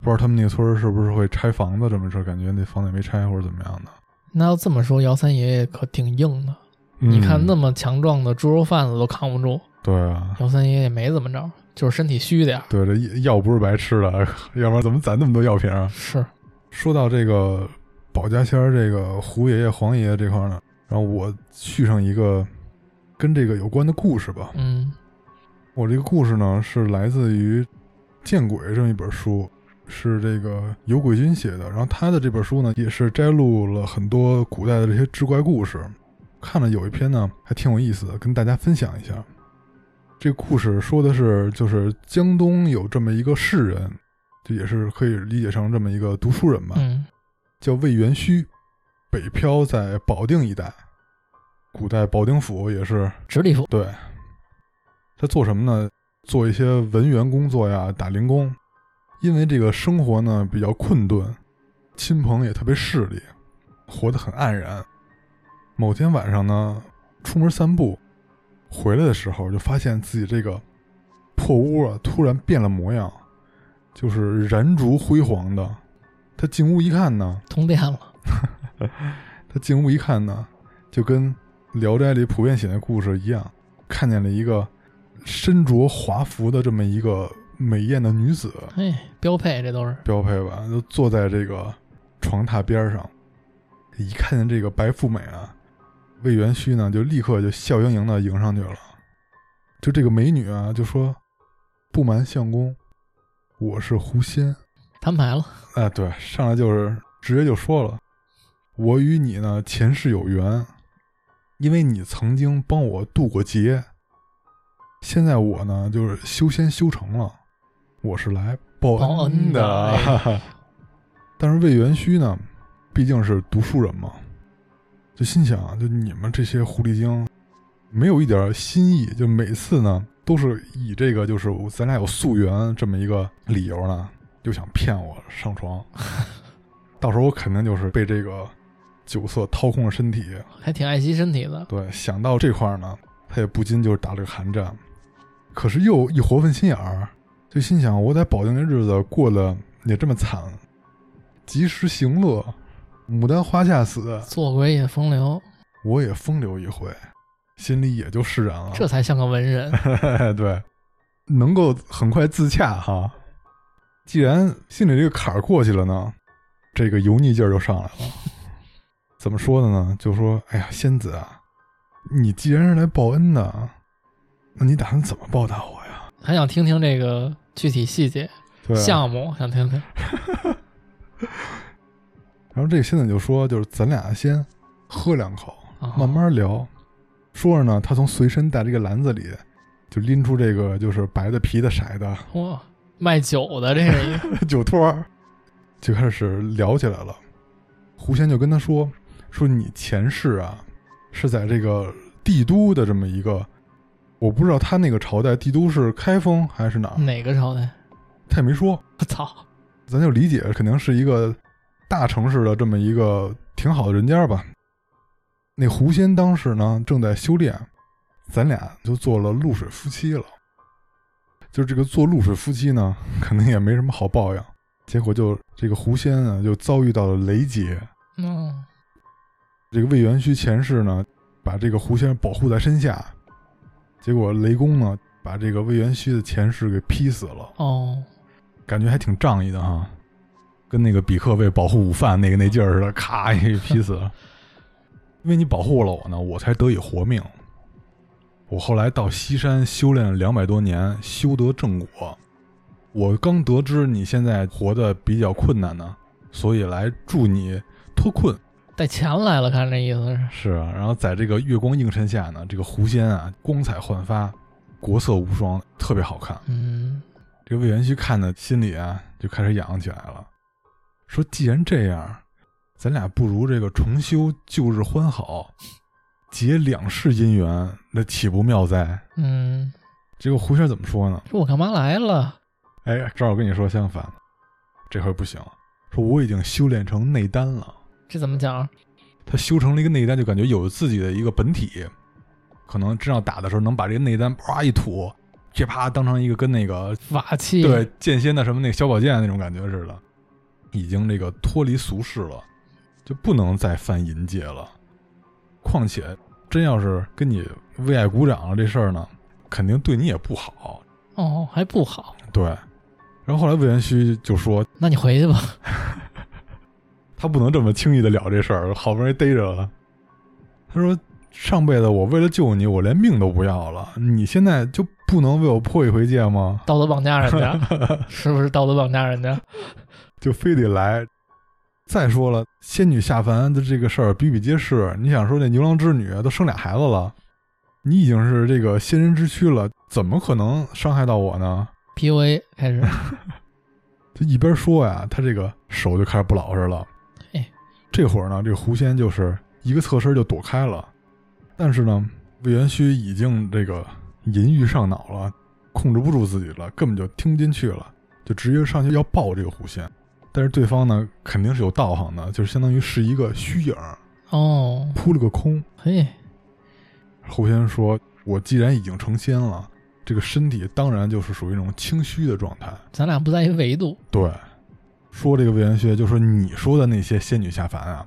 Speaker 2: 不知道他们那个村儿是不是会拆房子这么事儿，感觉那房子也没拆或者怎么样的。
Speaker 1: 那要这么说，姚三爷爷可挺硬的。
Speaker 2: 嗯
Speaker 1: 你看那
Speaker 2: 么
Speaker 1: 么强壮的猪肉贩子都扛不住，
Speaker 2: 对啊，
Speaker 1: 姚三爷爷没怎么着，就是身体虚点儿。
Speaker 2: 对这药不是白吃的， [laughs] 要不然怎么攒那么多药瓶啊？
Speaker 1: 是，
Speaker 2: 说到这个保家仙儿，这个胡爷爷、黄爷爷这块儿呢，然后我续上一个跟这个有关的故事吧。
Speaker 1: 嗯
Speaker 2: 我这个故事呢是来自于《见鬼》这么一本书，是这个有鬼君写的。然后他的这本书呢，也是摘录了很多古代的这些志怪故事。看了有一篇呢，还挺有意思的，跟大家分享一下。这个故事说的是，就是江东有这么一个士人，这也是可以理解成这么一个读书人吧。
Speaker 1: 嗯
Speaker 2: 叫魏元虚，北漂在保定一带。古代保定府也是
Speaker 1: 直隶府。
Speaker 2: 对，他做什么呢？做一些文员工作呀，打零工。因为这个生活呢比较困顿，亲朋也特别势利，活得很黯然。某天晚上呢，出门散步，回来的时候就发现自己这个破屋啊突然变了模样，就是燃烛辉煌的。他进屋一看呢，
Speaker 1: 通电了，
Speaker 2: 他进屋一看呢，就跟《聊斋》里普遍写的故事一样，看见了一个身着华服的这么一个美艳的女子，
Speaker 1: 哎，标配这都是，
Speaker 2: 标配吧，就坐在这个床榻边上。一看见这个白富美啊，魏元虚呢就立刻就笑盈盈的迎上去了。就这个美女啊，就说：“不瞒相公，我是狐仙。”
Speaker 1: 摊牌了。
Speaker 2: 啊，对，上来就是直接就说了，我与你呢前世有缘，因为你曾经帮我渡过劫，现在我呢就是修仙修成了，我是来报
Speaker 1: 报恩的哎
Speaker 2: 的。 [laughs] 但是魏元虚呢，毕竟是读书人嘛，就心想，啊就你们这些狐狸精，没有一点新意，就每次呢都是以这个就是咱俩有溯源这么一个理由呢，就想骗我上床，到时候我肯定就是被这个酒色掏空了身体。
Speaker 1: 还挺爱惜身体的。
Speaker 2: 对，想到这块儿呢，他也不禁就是打了个寒战。可是又一活分心眼儿，就心想：我在保定这日子过得也这么惨，及时行乐，牡丹花下死，
Speaker 1: 做鬼也风流，
Speaker 2: 我也风流一回，心里也就释然了。
Speaker 1: 这才像个文
Speaker 2: [laughs]
Speaker 1: 人。
Speaker 2: 对，能够很快自洽哈。既然心里这个坎儿过去了呢，这个油腻劲儿就上来了。怎么说的呢？就说，哎呀，仙子啊，你既然是来报恩的，那你打算怎么报答我呀？
Speaker 1: 很想听听这个具体细节、
Speaker 2: 对、啊。
Speaker 1: 项目，想听听。
Speaker 2: 然后这个仙子就说，就是咱俩先喝两口，
Speaker 1: 啊
Speaker 2: 慢慢聊。说着呢，他从随身带这个篮子里就拎出这个就是白的皮的色的
Speaker 1: 哇，卖酒的这是一个
Speaker 2: [laughs] 酒托儿，就开始聊起来了。狐仙就跟他说：“说你前世啊，是在这个帝都的这么一个，我不知道他那个朝代帝都是开封还是哪 [laughs] 儿，
Speaker 1: 哪个朝代？
Speaker 2: 他也没说，
Speaker 1: 我操，
Speaker 2: 咱就理解肯定是一个大城市的这么一个挺好的人家吧。那狐仙当时呢正在修炼，咱俩就做了露水夫妻了。就这个做露水夫妻呢，肯定也没什么好报应，结果就这个狐仙啊就遭遇到了雷劫。
Speaker 1: 嗯，
Speaker 2: 这个魏元虚前世呢把这个狐仙保护在身下，结果雷公呢把这个魏元虚的前世给劈死了。
Speaker 1: 哦，
Speaker 2: 感觉还挺仗义的哈，跟那个比克为保护午饭那个那劲儿似的，咔一劈死 [laughs] 了。因为你保护了我呢，我才得以活命。我后来到西山修炼了两百多年，修得正果。我刚得知你现在活得比较困难呢，所以来助你脱困。
Speaker 1: 带钱来了，看这意思是。
Speaker 2: 是啊，然后在这个月光映衬下呢，这个狐仙啊，光彩焕发，国色无双，特别好看。
Speaker 1: 嗯，
Speaker 2: 这个魏元虚看的心里啊就开始痒起来了，说既然这样，咱俩不如这个重修旧日欢好，结两世姻缘，那岂不妙哉？
Speaker 1: 嗯，
Speaker 2: 这个狐仙怎么说呢？
Speaker 1: 说我干嘛来了？
Speaker 2: 哎，正好跟你说相反，这回不行，说我已经修炼成内丹了。
Speaker 1: 这怎么讲？
Speaker 2: 他修成了一个内丹，就感觉有自己的一个本体，可能真要打的时候能把这个内丹啪一吐，噼啪当成一个跟那个
Speaker 1: 法器，
Speaker 2: 对，剑仙的什么那小宝剑那种感觉似的，已经这个脱离俗世了，就不能再犯淫戒了。况且真要是跟你为爱鼓掌了这事儿呢，肯定对你也不好。
Speaker 1: 哦，还不好。
Speaker 2: 对，然后后来魏元虚就说
Speaker 1: 那你回去吧。 [laughs]
Speaker 2: 他不能这么轻易的了这事儿，好不容易逮着了。他说：“上辈子我为了救你，我连命都不要了，你现在就不能为我破一回戒吗？
Speaker 1: 道德绑架人
Speaker 2: [laughs]
Speaker 1: 家，是不是道德绑架人家？
Speaker 2: 就非得来。再说了，仙女下凡的这个事儿比比皆是。你想说那牛郎织女啊都生俩孩子了，你已经是这个仙人之躯了，怎么可能伤害到我呢？
Speaker 1: PUA 开
Speaker 2: [laughs]
Speaker 1: 始，
Speaker 2: 就一边说呀，他这个手就开始不老实了
Speaker 1: 哎。
Speaker 2: 这会儿呢，这个狐仙就是一个侧身就躲开了，但是呢，魏元虚已经这个淫欲上脑了，控制不住自己了，根本就听不进去了，就直接上去要抱这个狐仙。但是对方呢，肯定是有道行的，就是相当于是一个虚影，
Speaker 1: 哦，
Speaker 2: 扑了个空。
Speaker 1: 嘿，
Speaker 2: 狐仙说：“我既然已经成仙了，这个身体当然就是属于那种清虚的状态。”
Speaker 1: 咱俩不在一维度，
Speaker 2: 对，说这个魏元学，就说你说的那些仙女下凡啊，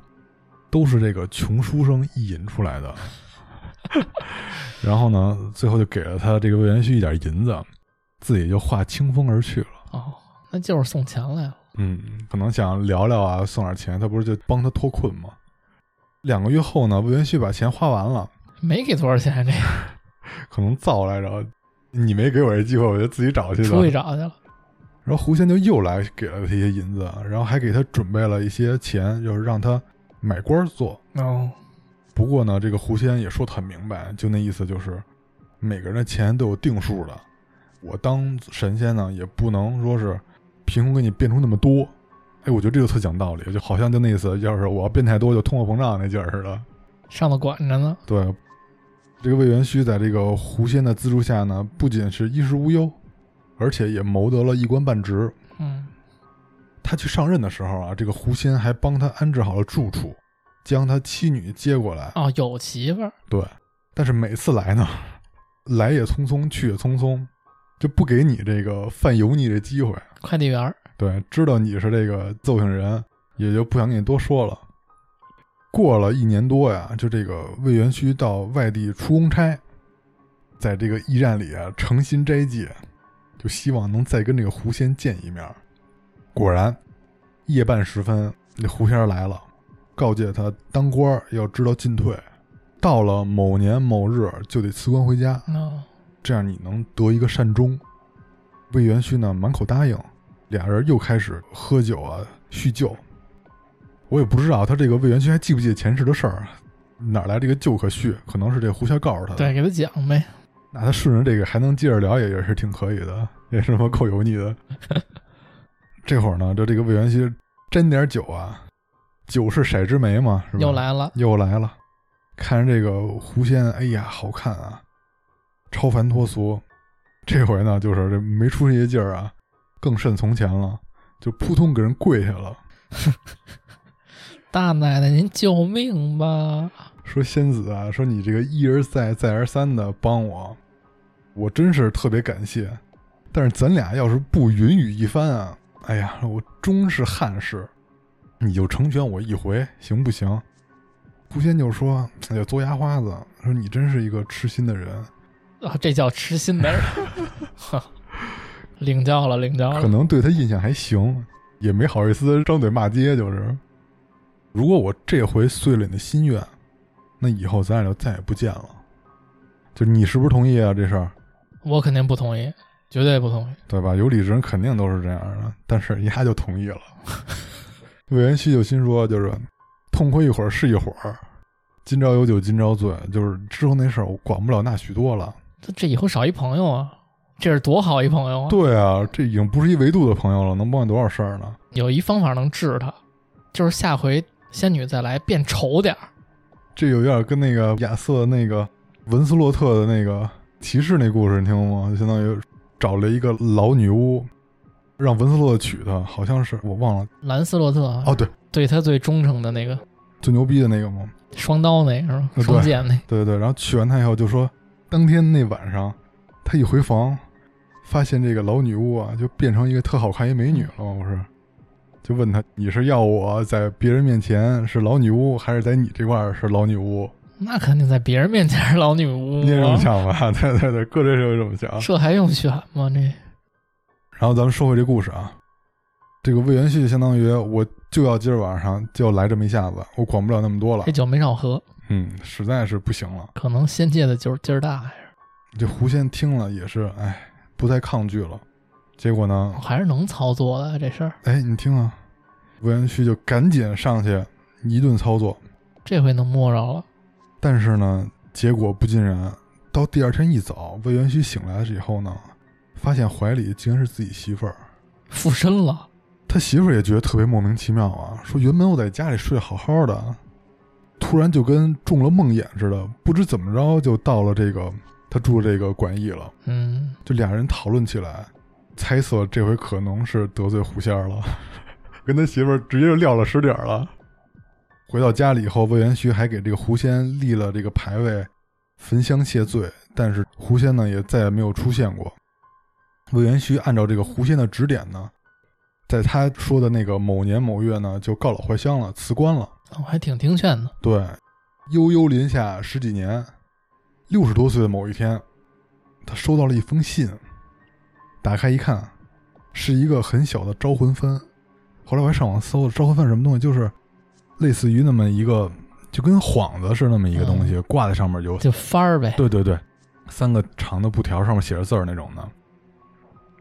Speaker 2: 都是这个穷书生意淫出来的。 [laughs] 然后呢，最后就给了他这个魏元虚一点银子，自己就化清风而去了。
Speaker 1: 哦，那就是送钱来了。
Speaker 2: 嗯，可能想聊聊啊，送点钱，他不是就帮他脱困吗？两个月后呢，魏元旭把钱花完了，
Speaker 1: 没给多少钱，这个
Speaker 2: 可能造来着。你没给我这机会，我就自己找去了。
Speaker 1: 出去找去了。
Speaker 2: 然后狐仙就又来给了他一些银子，然后还给他准备了一些钱，就是让他买官做。
Speaker 1: 哦，
Speaker 2: 不过呢，这个狐仙也说得很明白，就那意思就是，每个人的钱都有定数的。我当神仙呢，也不能说是凭空给你变出那么多。哎，我觉得这就特讲道理，就好像就那意思，要是我要变太多，就通货膨胀那劲儿似的。
Speaker 1: 上头管着呢。
Speaker 2: 对，这个魏元虚在这个狐仙的资助下呢，不仅是衣食无忧，而且也谋得了一官半职。
Speaker 1: 嗯，
Speaker 2: 他去上任的时候啊，这个狐仙还帮他安置好了住处，将他妻女接过来。
Speaker 1: 哦，有媳妇儿，
Speaker 2: 对，但是每次来呢， [laughs] 来也匆匆，去也匆匆，就不给你这个犯油腻的机会。
Speaker 1: 快递员儿，
Speaker 2: 对，知道你是这个邹姓人，也就不想跟你多说了。过了一年多呀，就这个魏元须到外地出公差，在这个驿站里啊诚心斋戒，就希望能再跟这个狐仙见一面。果然，夜半时分，那狐仙来了，告诫他当官儿要知道进退，到了某年某日就得辞官回家。
Speaker 1: 哦，
Speaker 2: 这样你能得一个善终。魏元勋呢满口答应，俩人又开始喝酒啊叙旧。我也不知道他这个魏元勋还记不记得前世的事儿，啊哪来这个旧可叙？可能是这狐仙告诉他的。
Speaker 1: 对，，给他讲呗。
Speaker 2: 那他顺着这个还能接着聊，也也是挺可以的，也是他妈够油腻的。这会儿呢，就这个魏元勋斟点酒啊，酒是色之媒嘛，是吧？
Speaker 1: 又来了，
Speaker 2: 又来了，看这个狐仙，哎呀，好看啊，超凡脱俗。这回呢，就是这没出息的劲儿啊，更甚从前了，就扑通给人跪下了，
Speaker 1: 大奶奶您救命吧！
Speaker 2: 说仙子啊，说你这个一而再再而三的帮我，我真是特别感谢。但是咱俩要是不云雨一番啊，哎呀，我终是汉室，你就成全我一回，行不行？狐仙就说：“哎呀，做牙花子，说你真是一个痴心的人。”
Speaker 1: 啊，这叫痴心的人。 [laughs] 哈领教了，领教
Speaker 2: 可
Speaker 1: 了。
Speaker 2: 能对他印象还行，也没好意思张嘴骂街。就是，如果我这回碎了你的心愿，那以后咱俩就再也不见了。就你是不是同意啊？这事儿，
Speaker 1: 我肯定不同意，绝对不同意。
Speaker 2: 对吧？有理智人肯定都是这样的，但是丫就同意了。魏延熙就心说，就是痛快一会儿是一会儿，今朝有酒今朝醉，就是之后那事儿我管不了那许多了。
Speaker 1: 这这以后少一朋友啊，这是多好一朋友啊！
Speaker 2: 对啊，这已经不是一维度的朋友了，能帮你多少事儿呢？
Speaker 1: 有一方法能治他，就是下回仙女再来变丑点儿。
Speaker 2: 这有点跟那个亚瑟那个文斯洛特的那个骑士那故事，你听过吗？就相当于找了一个老女巫，让文斯洛特娶她，好像是我忘了。
Speaker 1: 兰斯洛特啊
Speaker 2: 哦，对，
Speaker 1: 对他最忠诚的那个
Speaker 2: 最牛逼的那个嘛，
Speaker 1: 双刀那个是吧？
Speaker 2: 哦对
Speaker 1: 双剑那个
Speaker 2: 对对对。然后娶完她以后，就说当天那晚上，他一回房，发现这个老女巫啊，就变成一个特好看一美女了嘛，不是？就问她，你是要我在别人面前是老女巫，还是在你这块儿是老女巫？
Speaker 1: 那肯定在别人面前是老女巫
Speaker 2: 你也这么
Speaker 1: 啊，
Speaker 2: 想吧？ [laughs] 对对对，各位就这么想。
Speaker 1: 这还用选吗？这
Speaker 2: 然后咱们说回这故事啊，这个魏元旭相当于我就要今儿晚上就要来这么一下子，我管不了那么多了
Speaker 1: 这，酒没少喝，
Speaker 2: 嗯，实在是不行了。
Speaker 1: 可能仙界的酒劲儿大呀，
Speaker 2: 这狐仙听了也是，哎，不再抗拒了。结果呢，
Speaker 1: 还是能操作的这事儿，
Speaker 2: 哎，你听啊，魏元旭就赶紧上去一顿操作，
Speaker 1: 这回能摸着了。
Speaker 2: 但是呢，结果不尽然。到第二天一早，魏元旭醒来了以后呢，发现怀里竟然是自己媳妇儿。
Speaker 1: 附身了，
Speaker 2: 他媳妇儿也觉得特别莫名其妙啊，说原本我在家里睡得好好的，突然就跟中了梦魇似的，不知怎么着就到了这个他住的这个馆驿了。
Speaker 1: 嗯，
Speaker 2: 就俩人讨论起来，猜测这回可能是得罪狐仙儿了， [laughs] 跟他媳妇儿直接就撂了实底儿了。回到家里以后，魏元徐还给这个狐仙立了这个牌位，焚香谢罪。但是狐仙呢，也再也没有出现过。魏元徐按照这个狐仙的指点呢，在他说的那个某年某月呢，就告老还乡了，辞官了。
Speaker 1: 我还挺听劝的。
Speaker 2: 对，悠悠林下十几年，六十多岁的某一天，他收到了一封信，打开一看，是一个很小的招魂幡。后来我还上网搜了招魂幡是什么东西，就是类似于那么一个，就跟幌子是那么一个东西，挂在上面有，
Speaker 1: 就翻儿呗，
Speaker 2: 对对对，三个长的布条，上面写着字儿那种的。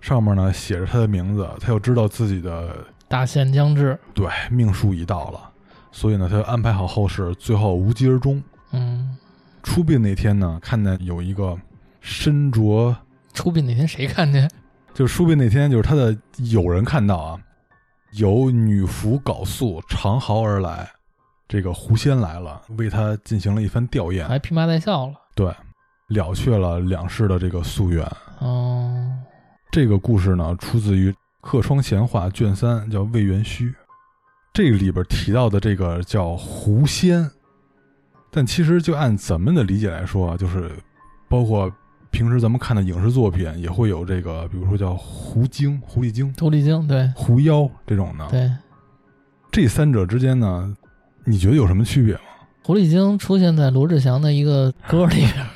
Speaker 2: 上面呢写着他的名字，他又知道自己的
Speaker 1: 大限将至，
Speaker 2: 对命数已到了，所以呢，他就安排好后事，最后无疾而终。
Speaker 1: 嗯，
Speaker 2: 出殡那天呢，看见有一个身着，
Speaker 1: 出殡那天谁看见？
Speaker 2: 就是出殡那天，就是他的有人看到啊，有女仆缟素长嚎而来，这个狐仙来了，为他进行了一番吊唁，
Speaker 1: 还披麻戴孝了。
Speaker 2: 对，了却了两世的这个夙愿。
Speaker 1: 哦，
Speaker 2: 这个故事呢，出自于《客窗闲话》卷三，叫《魏元虚》。这里边提到的这个叫狐仙，但其实就按咱们的理解来说啊，就是包括平时咱们看的影视作品也会有这个，比如说叫狐精、狐狸精、
Speaker 1: 狐狸精，对
Speaker 2: 狐妖这种的。
Speaker 1: 对，
Speaker 2: 这三者之间呢，你觉得有什么区别吗？
Speaker 1: 狐狸精出现在罗志祥的一个歌里边儿，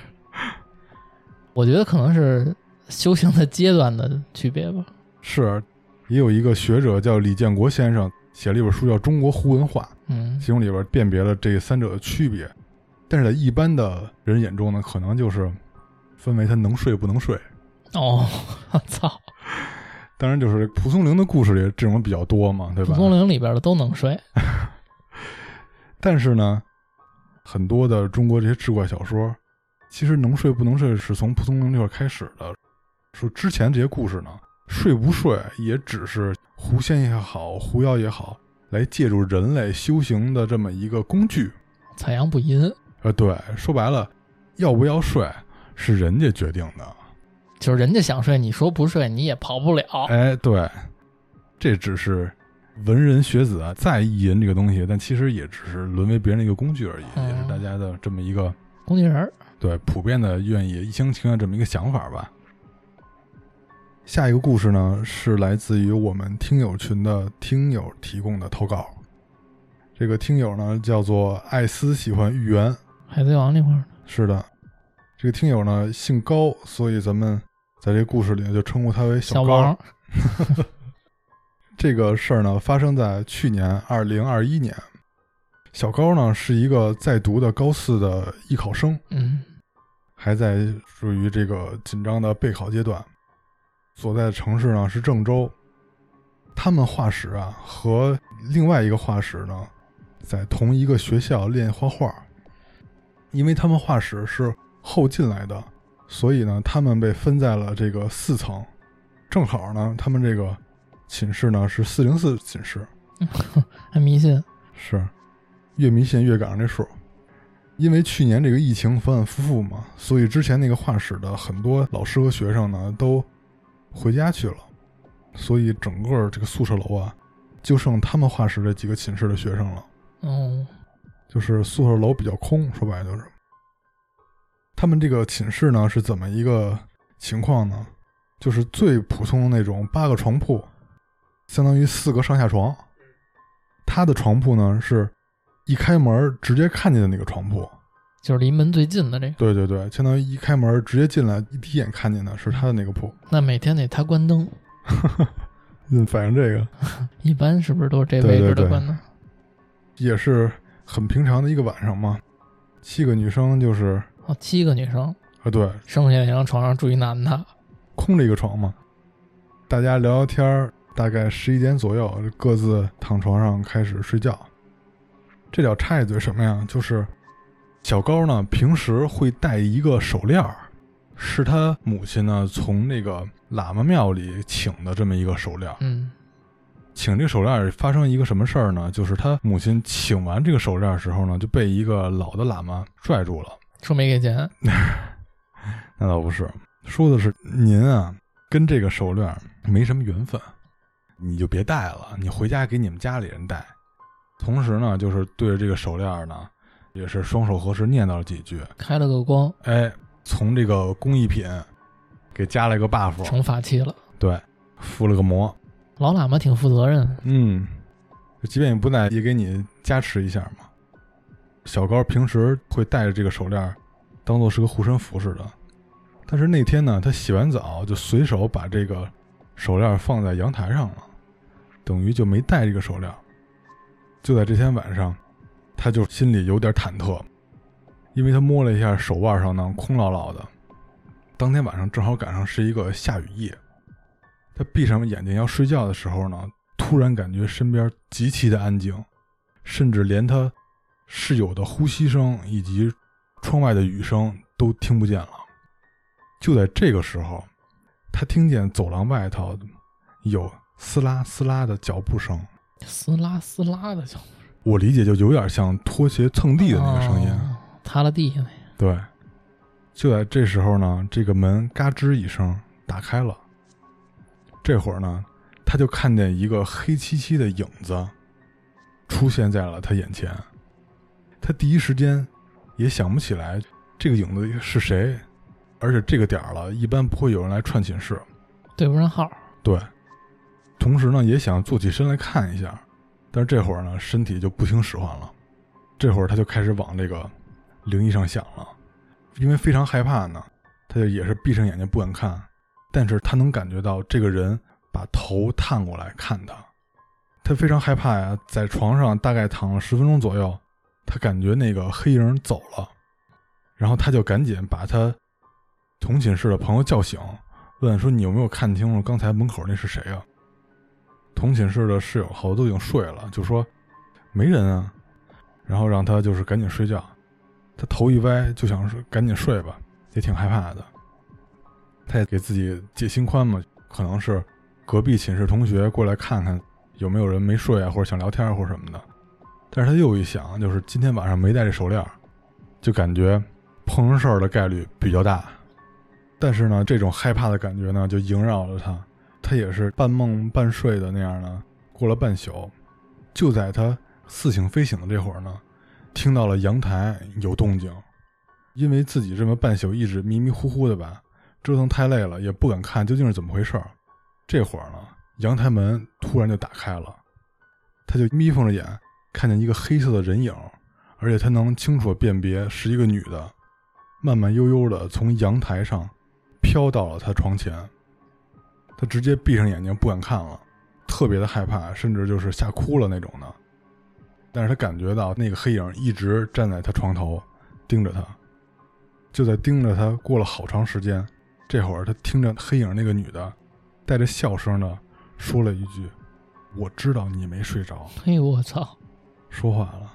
Speaker 1: 我觉得可能是修行的阶段的区别吧。
Speaker 2: 是，也有一个学者叫李建国先生写了一本书叫《中国胡文化》，
Speaker 1: 嗯，
Speaker 2: 其中里边辨别了这三者的区别。但是在一般的人眼中呢，可能就是分为他能睡不能睡。
Speaker 1: 哦，操，
Speaker 2: 当然，就是蒲松龄的故事里这种比较多嘛，对
Speaker 1: 蒲
Speaker 2: 吧？
Speaker 1: 松龄里边的都能睡，
Speaker 2: 但是呢，很多的中国这些志怪小说，其实能睡不能睡是从蒲松龄那会儿开始的。说之前这些故事呢，睡不睡也只是狐仙也好，狐妖也好，来借助人类修行的这么一个工具。
Speaker 1: 采阳补阴，
Speaker 2: 呃，对，说白了，要不要睡是人家决定的。
Speaker 1: 就是人家想睡，你说不睡，你也跑不了。
Speaker 2: 哎，对，这只是文人学子啊在意淫这个东西，但其实也只是沦为别人的一个工具而已，
Speaker 1: 嗯
Speaker 2: 也是大家的这么一个
Speaker 1: 工具人儿，
Speaker 2: 对普遍的愿意一厢情愿这么一个想法吧。下一个故事呢，是来自于我们听友群的听友提供的投稿。这个听友呢叫做艾斯，喜欢芋圆，
Speaker 1: 海贼王那块儿
Speaker 2: 是的，这个听友呢姓高，所以咱们在这故事里就称呼他为
Speaker 1: 小
Speaker 2: 高。
Speaker 1: 王，
Speaker 2: 这个事儿呢，发生在去年二零二一年。小高呢是一个在读的高四的艺考生，
Speaker 1: 嗯，
Speaker 2: 还在属于这个紧张的备考阶段。所在的城市呢是郑州，他们画室啊和另外一个画室呢，在同一个学校练画画。因为他们画室是后进来的，所以呢，他们被分在了这个四层。正好呢，他们这个寝室呢是四零四寝室，
Speaker 1: 还迷信，
Speaker 2: 是，越迷信越赶上这数。因为去年这个疫情反反复复嘛，所以之前那个画室的很多老师和学生呢都回家去了，所以整个这个宿舍楼啊，就剩他们画室这几个寝室的学生了，
Speaker 1: 哦，
Speaker 2: 就是宿舍楼比较空，说白了就是。他们这个寝室呢是怎么一个情况呢？就是最普通的那种八个床铺，相当于四个上下床。他的床铺呢是一开门直接看见的那个床铺，
Speaker 1: 就是离门最近的这个，
Speaker 2: 对对对，相当于一开门直接进来，一第一眼看见的是他的那个铺。
Speaker 1: 那每天得他关灯，
Speaker 2: 嗯，反正这个
Speaker 1: 一般是不是都是这
Speaker 2: 对
Speaker 1: 位
Speaker 2: 对
Speaker 1: 置的
Speaker 2: 对
Speaker 1: 关灯？
Speaker 2: 也是很平常的一个晚上嘛。七个女生就是
Speaker 1: 哦，七个女生，
Speaker 2: 啊，对，
Speaker 1: 剩下一张床上住一男的，
Speaker 2: 空着一个床嘛，大家聊聊天儿，大概十一点左右各自躺床上开始睡觉。这里要插一嘴什么呀？就是小高呢，平时会戴一个手链儿，是他母亲呢从那个喇嘛庙里请的这么一个手链儿。
Speaker 1: 嗯，
Speaker 2: 请这个手链儿发生一个什么事儿呢？就是他母亲请完这个手链儿的时候呢，就被一个老的喇嘛拽住了。
Speaker 1: 说没给钱，
Speaker 2: 那倒不是，说的是您啊，跟这个手链没什么缘分，你就别戴了，你回家给你们家里人戴。同时呢，就是对着这个手链呢，也是双手合十念叨了几句，
Speaker 1: 开了个光，
Speaker 2: 哎，从这个工艺品给加了个 buff，
Speaker 1: 成法器了。
Speaker 2: 对，附了个魔，
Speaker 1: 老喇嘛挺负责任，
Speaker 2: 嗯，即便你不戴，也给你加持一下嘛。小高平时会戴着这个手链，当做是个护身符似的。但是那天呢，他洗完澡就随手把这个手链放在阳台上了，等于就没戴这个手链。就在这天晚上，他就心里有点忐忑，因为他摸了一下手腕上呢空落落的。当天晚上正好赶上是一个下雨夜，他闭上眼睛要睡觉的时候呢，突然感觉身边极其的安静，甚至连他室友的呼吸声以及窗外的雨声都听不见了。就在这个时候，他听见走廊外头有撕拉撕拉的脚步声，
Speaker 1: 撕拉撕拉的就
Speaker 2: 我理解就有点像拖鞋蹭地的那个声音。
Speaker 1: 哦
Speaker 2: 啊
Speaker 1: 塌了地下那个
Speaker 2: 对，就在这时候呢，这个门嘎吱一声打开了。这会儿呢，他就看见一个黑漆漆的影子出现在了他眼前。他第一时间也想不起来这个影子是谁，而且这个点儿了，一般不会有人来串寝室。
Speaker 1: 对不上号，
Speaker 2: 对，同时呢也想坐起身来看一下，但是这会儿呢身体就不听使唤了，这会儿他就开始往这个灵异上想了，因为非常害怕呢，他就也是闭上眼睛不敢看，但是他能感觉到这个人把头探过来看他，他非常害怕呀，在床上大概躺了十分钟左右，他感觉那个黑影走了，然后他就赶紧把他同寝室的朋友叫醒。问说你有没有看清楚刚才门口那是谁啊？同寝室的室友好多都已经睡了，就说没人啊，然后让他就是赶紧睡觉。他头一歪就想是赶紧睡吧，也挺害怕的。他也给自己解心宽嘛，可能是隔壁寝室同学过来看看有没有人没睡啊，或者想聊天啊或者什么的。但是他又一想，就是今天晚上没戴这手链儿，就感觉碰上事儿的概率比较大。但是呢，这种害怕的感觉呢，就萦绕着他。他也是半梦半睡的那样呢，过了半宿，就在他似醒非醒的这会儿呢，听到了阳台有动静。因为自己这么半宿一直迷迷糊糊的吧，折腾太累了，也不敢看究竟是怎么回事儿。这会儿呢，阳台门突然就打开了，他就眯缝着眼，看见一个黑色的人影，而且他能清楚地辨别是一个女的，慢慢悠悠的从阳台上飘到了他床前，他直接闭上眼睛不敢看了，特别的害怕，甚至就是吓哭了那种的。但是他感觉到那个黑影一直站在他床头，盯着他，就在盯着他过了好长时间。这会儿他听着黑影那个女的，带着笑声的说了一句：“我知道你没睡着。
Speaker 1: 嘿，我操，”
Speaker 2: 说话了。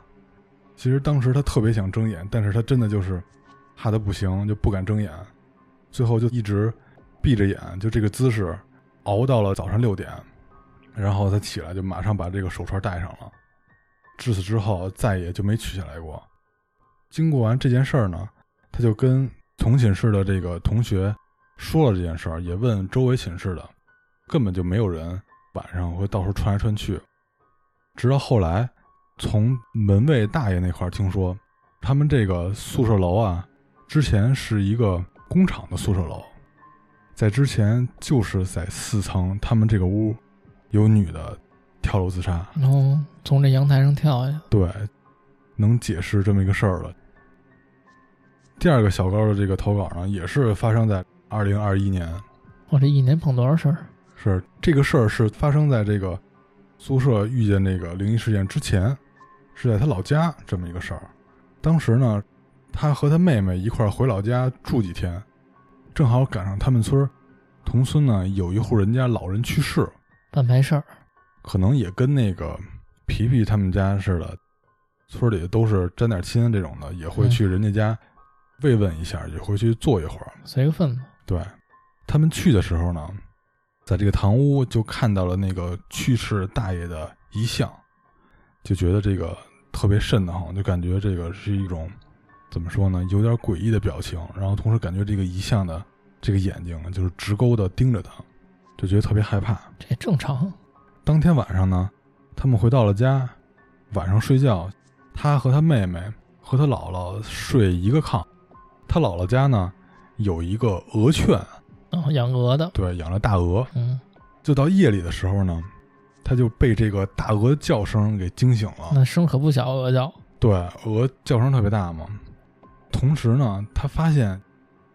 Speaker 2: 其实当时他特别想睁眼，但是他真的就是怕的不行，就不敢睁眼，最后就一直闭着眼，就这个姿势熬到了早上六点，然后他起来就马上把这个手串戴上了。至此之后再也就没取下来过。经过完这件事儿呢，他就跟同寝室的这个同学说了这件事儿，也问周围寝室的，根本就没有人晚上会到处穿来穿去。直到后来，从门卫大爷那块儿听说，他们这个宿舍楼啊，之前是一个工厂的宿舍楼，在之前就是在四层，他们这个屋有女的跳楼自杀。
Speaker 1: 然后从这阳台上跳下去，
Speaker 2: 对，能解释这么一个事儿了。第二个小高的这个投稿呢，也是发生在二零二一年，
Speaker 1: 我这一年碰多少事儿？
Speaker 2: 是这个事儿是发生在这个宿舍遇见这个灵异事件之前，是在他老家这么一个事儿。当时呢，他和他妹妹一块儿回老家住几天，正好赶上他们村儿同村呢有一户人家老人去世，
Speaker 1: 办白事儿，
Speaker 2: 可能也跟那个皮皮他们家似的，村里都是沾点亲这种的，也会
Speaker 1: 嗯
Speaker 2: 去人家家慰问一下，也会去坐一会儿。
Speaker 1: 随个份子。
Speaker 2: 对，他们去的时候呢，在这个堂屋就看到了那个去世大爷的遗像，就觉得这个特别瘆得慌，就感觉这个是一种怎么说呢，有点诡异的表情，然后同时感觉这个遗像的这个眼睛就是直勾的盯着他，就觉得特别害怕。
Speaker 1: 这也正常。
Speaker 2: 当天晚上呢，他们回到了家，晚上睡觉，他和他妹妹和他姥姥睡一个炕。他姥姥家呢有一个鹅圈，
Speaker 1: 然后啊养鹅的，
Speaker 2: 对，养了大鹅。
Speaker 1: 嗯，
Speaker 2: 就到夜里的时候呢，他就被这个大鹅的叫声给惊醒了。
Speaker 1: 那声可不小，鹅叫。
Speaker 2: 对，鹅叫声特别大嘛。同时呢，他发现，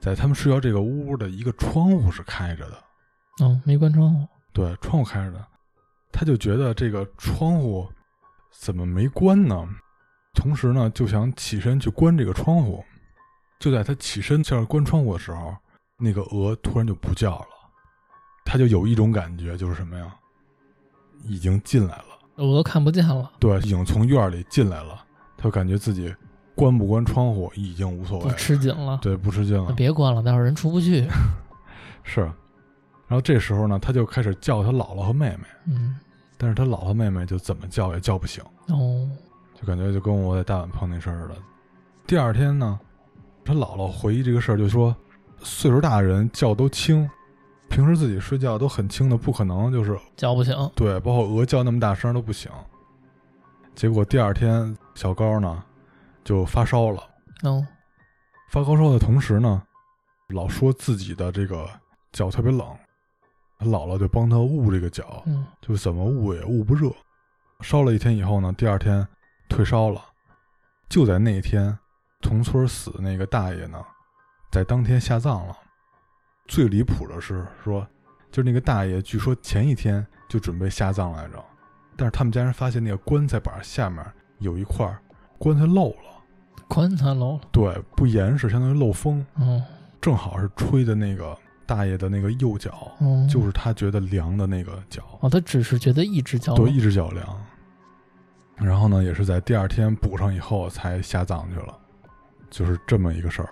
Speaker 2: 在他们睡觉这个屋的一个窗户是开着的，
Speaker 1: 嗯，没关窗户，
Speaker 2: 对，窗户开着的，他就觉得这个窗户怎么没关呢？同时呢，就想起身去关这个窗户。就在他起身就要关窗户的时候，那个鹅突然就不叫了，他就有一种感觉，就是什么呀，已经进来了，
Speaker 1: 鹅看不见了，
Speaker 2: 对，已经从院里进来了，他就感觉自己关不关窗户已经无所谓
Speaker 1: 都
Speaker 2: 了，
Speaker 1: 吃紧了。
Speaker 2: 对，不吃惊了
Speaker 1: 那，别关了，待会儿人出不去。
Speaker 2: 是。然后这时候呢，他就开始叫他姥姥和妹妹。
Speaker 1: 嗯，
Speaker 2: 但是他姥姥妹妹就怎么叫也叫不醒，
Speaker 1: 哦，
Speaker 2: 就感觉就跟我在大阪碰那事儿似的。第二天呢，他姥姥回忆这个事儿就说，岁数大的人叫都轻，平时自己睡觉都很轻的，不可能就是
Speaker 1: 叫不醒。
Speaker 2: 对，包括鹅叫那么大声都不醒。结果第二天小高呢就发烧了，
Speaker 1: 哦，
Speaker 2: 发高烧的同时呢，老说自己的这个脚特别冷，他姥姥就帮他捂这个脚，
Speaker 1: 嗯，
Speaker 2: 就怎么捂也捂不热。烧了一天以后呢，第二天退烧了。就在那一天，同村死的那个大爷呢，在当天下葬了。最离谱的是说，就是那个大爷，据说前一天就准备下葬来着，但是他们家人发现那个棺材板下面有一块棺材漏了，
Speaker 1: 棺材楼了，
Speaker 2: 对，不严实，相当于漏风，
Speaker 1: 哦，
Speaker 2: 正好是吹的那个大爷的那个右脚，
Speaker 1: 哦，
Speaker 2: 就是他觉得凉的那个脚。
Speaker 1: 哦，他只是觉得一只脚
Speaker 2: 对，
Speaker 1: 冷，
Speaker 2: 一只脚凉。然后呢，也是在第二天补上以后才下葬去了，就是这么一个事儿。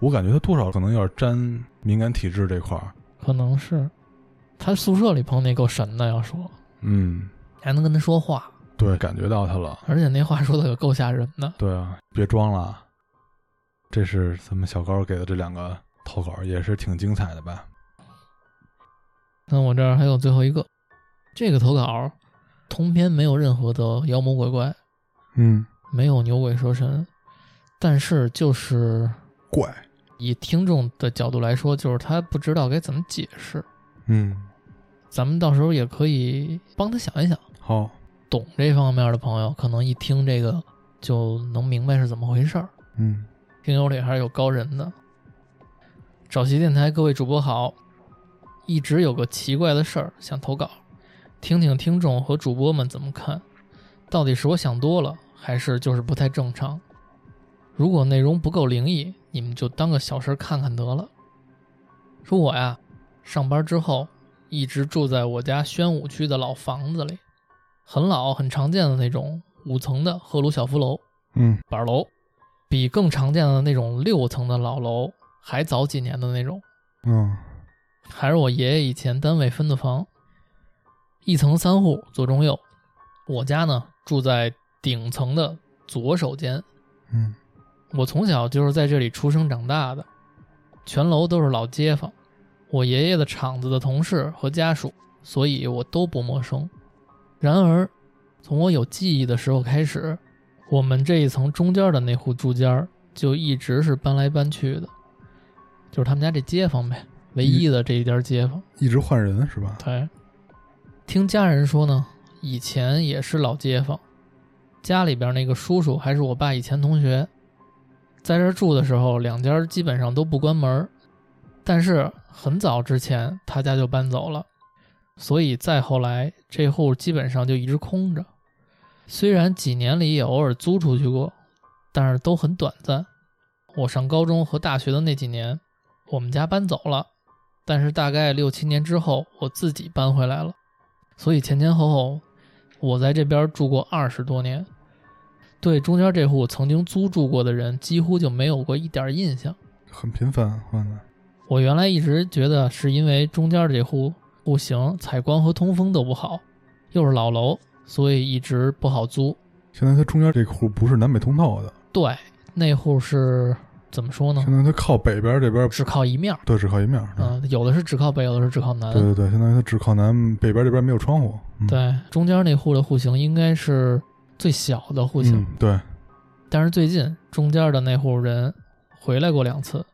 Speaker 2: 我感觉他多少可能有点沾敏感体质这块儿，
Speaker 1: 可能是他宿舍里碰那够神的，要说
Speaker 2: 嗯，
Speaker 1: 还能跟他说话，
Speaker 2: 对，感觉到他了，
Speaker 1: 而且那话说的可够吓人的。
Speaker 2: 对啊，别装了。这是咱们小高给的这两个投稿，也是挺精彩的吧？
Speaker 1: 那我这儿还有最后一个，这个投稿，通篇没有任何的妖魔鬼怪，
Speaker 2: 嗯，
Speaker 1: 没有牛鬼蛇神，但是就是
Speaker 2: 怪，
Speaker 1: 以听众的角度来说，就是他不知道该怎么解释。
Speaker 2: 嗯，
Speaker 1: 咱们到时候也可以帮他想一想，
Speaker 2: 好，
Speaker 1: 懂这方面的朋友可能一听这个就能明白是怎么回事儿。
Speaker 2: 嗯，
Speaker 1: 听友里还是有高人的。找席电台各位主播好，一直有个奇怪的事儿想投稿，听听听众和主播们怎么看，到底是我想多了，还是就是不太正常？如果内容不够灵异，你们就当个小事儿看看得了。说我呀，上班之后一直住在我家宣武区的老房子里，很老很常见的那种五层的赫鲁晓夫楼。
Speaker 2: 嗯，
Speaker 1: 板楼，比更常见的那种六层的老楼还早几年的那种，
Speaker 2: 嗯，
Speaker 1: 还是我爷爷以前单位分的房，一层三户，左中右。我家呢住在顶层的左手间，
Speaker 2: 嗯，
Speaker 1: 我从小就是在这里出生长大的，全楼都是老街坊，我爷爷的厂子的同事和家属，所以我都不陌生。然而，从我有记忆的时候开始，我们这一层中间的那户住家儿就一直是搬来搬去的，就是他们家这街坊呗，唯一的这一家街坊。
Speaker 2: 一直换人是吧？
Speaker 1: 对，啊听家人说呢，以前也是老街坊，家里边那个叔叔还是我爸以前同学，在这儿住的时候，两家基本上都不关门儿，但是很早之前他家就搬走了，所以再后来这户基本上就一直空着。虽然几年里也偶尔租出去过，但是都很短暂。我上高中和大学的那几年，我们家搬走了，但是大概六七年之后，我自己搬回来了，所以前前后后，我在这边住过二十多年，对中间这户曾经租住过的人几乎就没有过一点印象。
Speaker 2: 很频繁换的，
Speaker 1: 我原来一直觉得是因为中间这户户型采光和通风都不好，又是老楼，所以一直不好租。
Speaker 2: 现在他中间这户不是南北通透的，
Speaker 1: 对，那户是怎么说呢
Speaker 2: 现？在它靠北边这边
Speaker 1: 只靠一面儿，
Speaker 2: 对，只靠一面儿。
Speaker 1: 嗯、有的是只靠北，有的是只靠南。
Speaker 2: 对对对，相当于它只靠南，北边这边没有窗户。嗯、
Speaker 1: 对，中间那户的户型应该是最小的户型，
Speaker 2: 嗯，
Speaker 1: [laughs]
Speaker 2: 对，
Speaker 1: 但是最近中间的那户人回来过两次。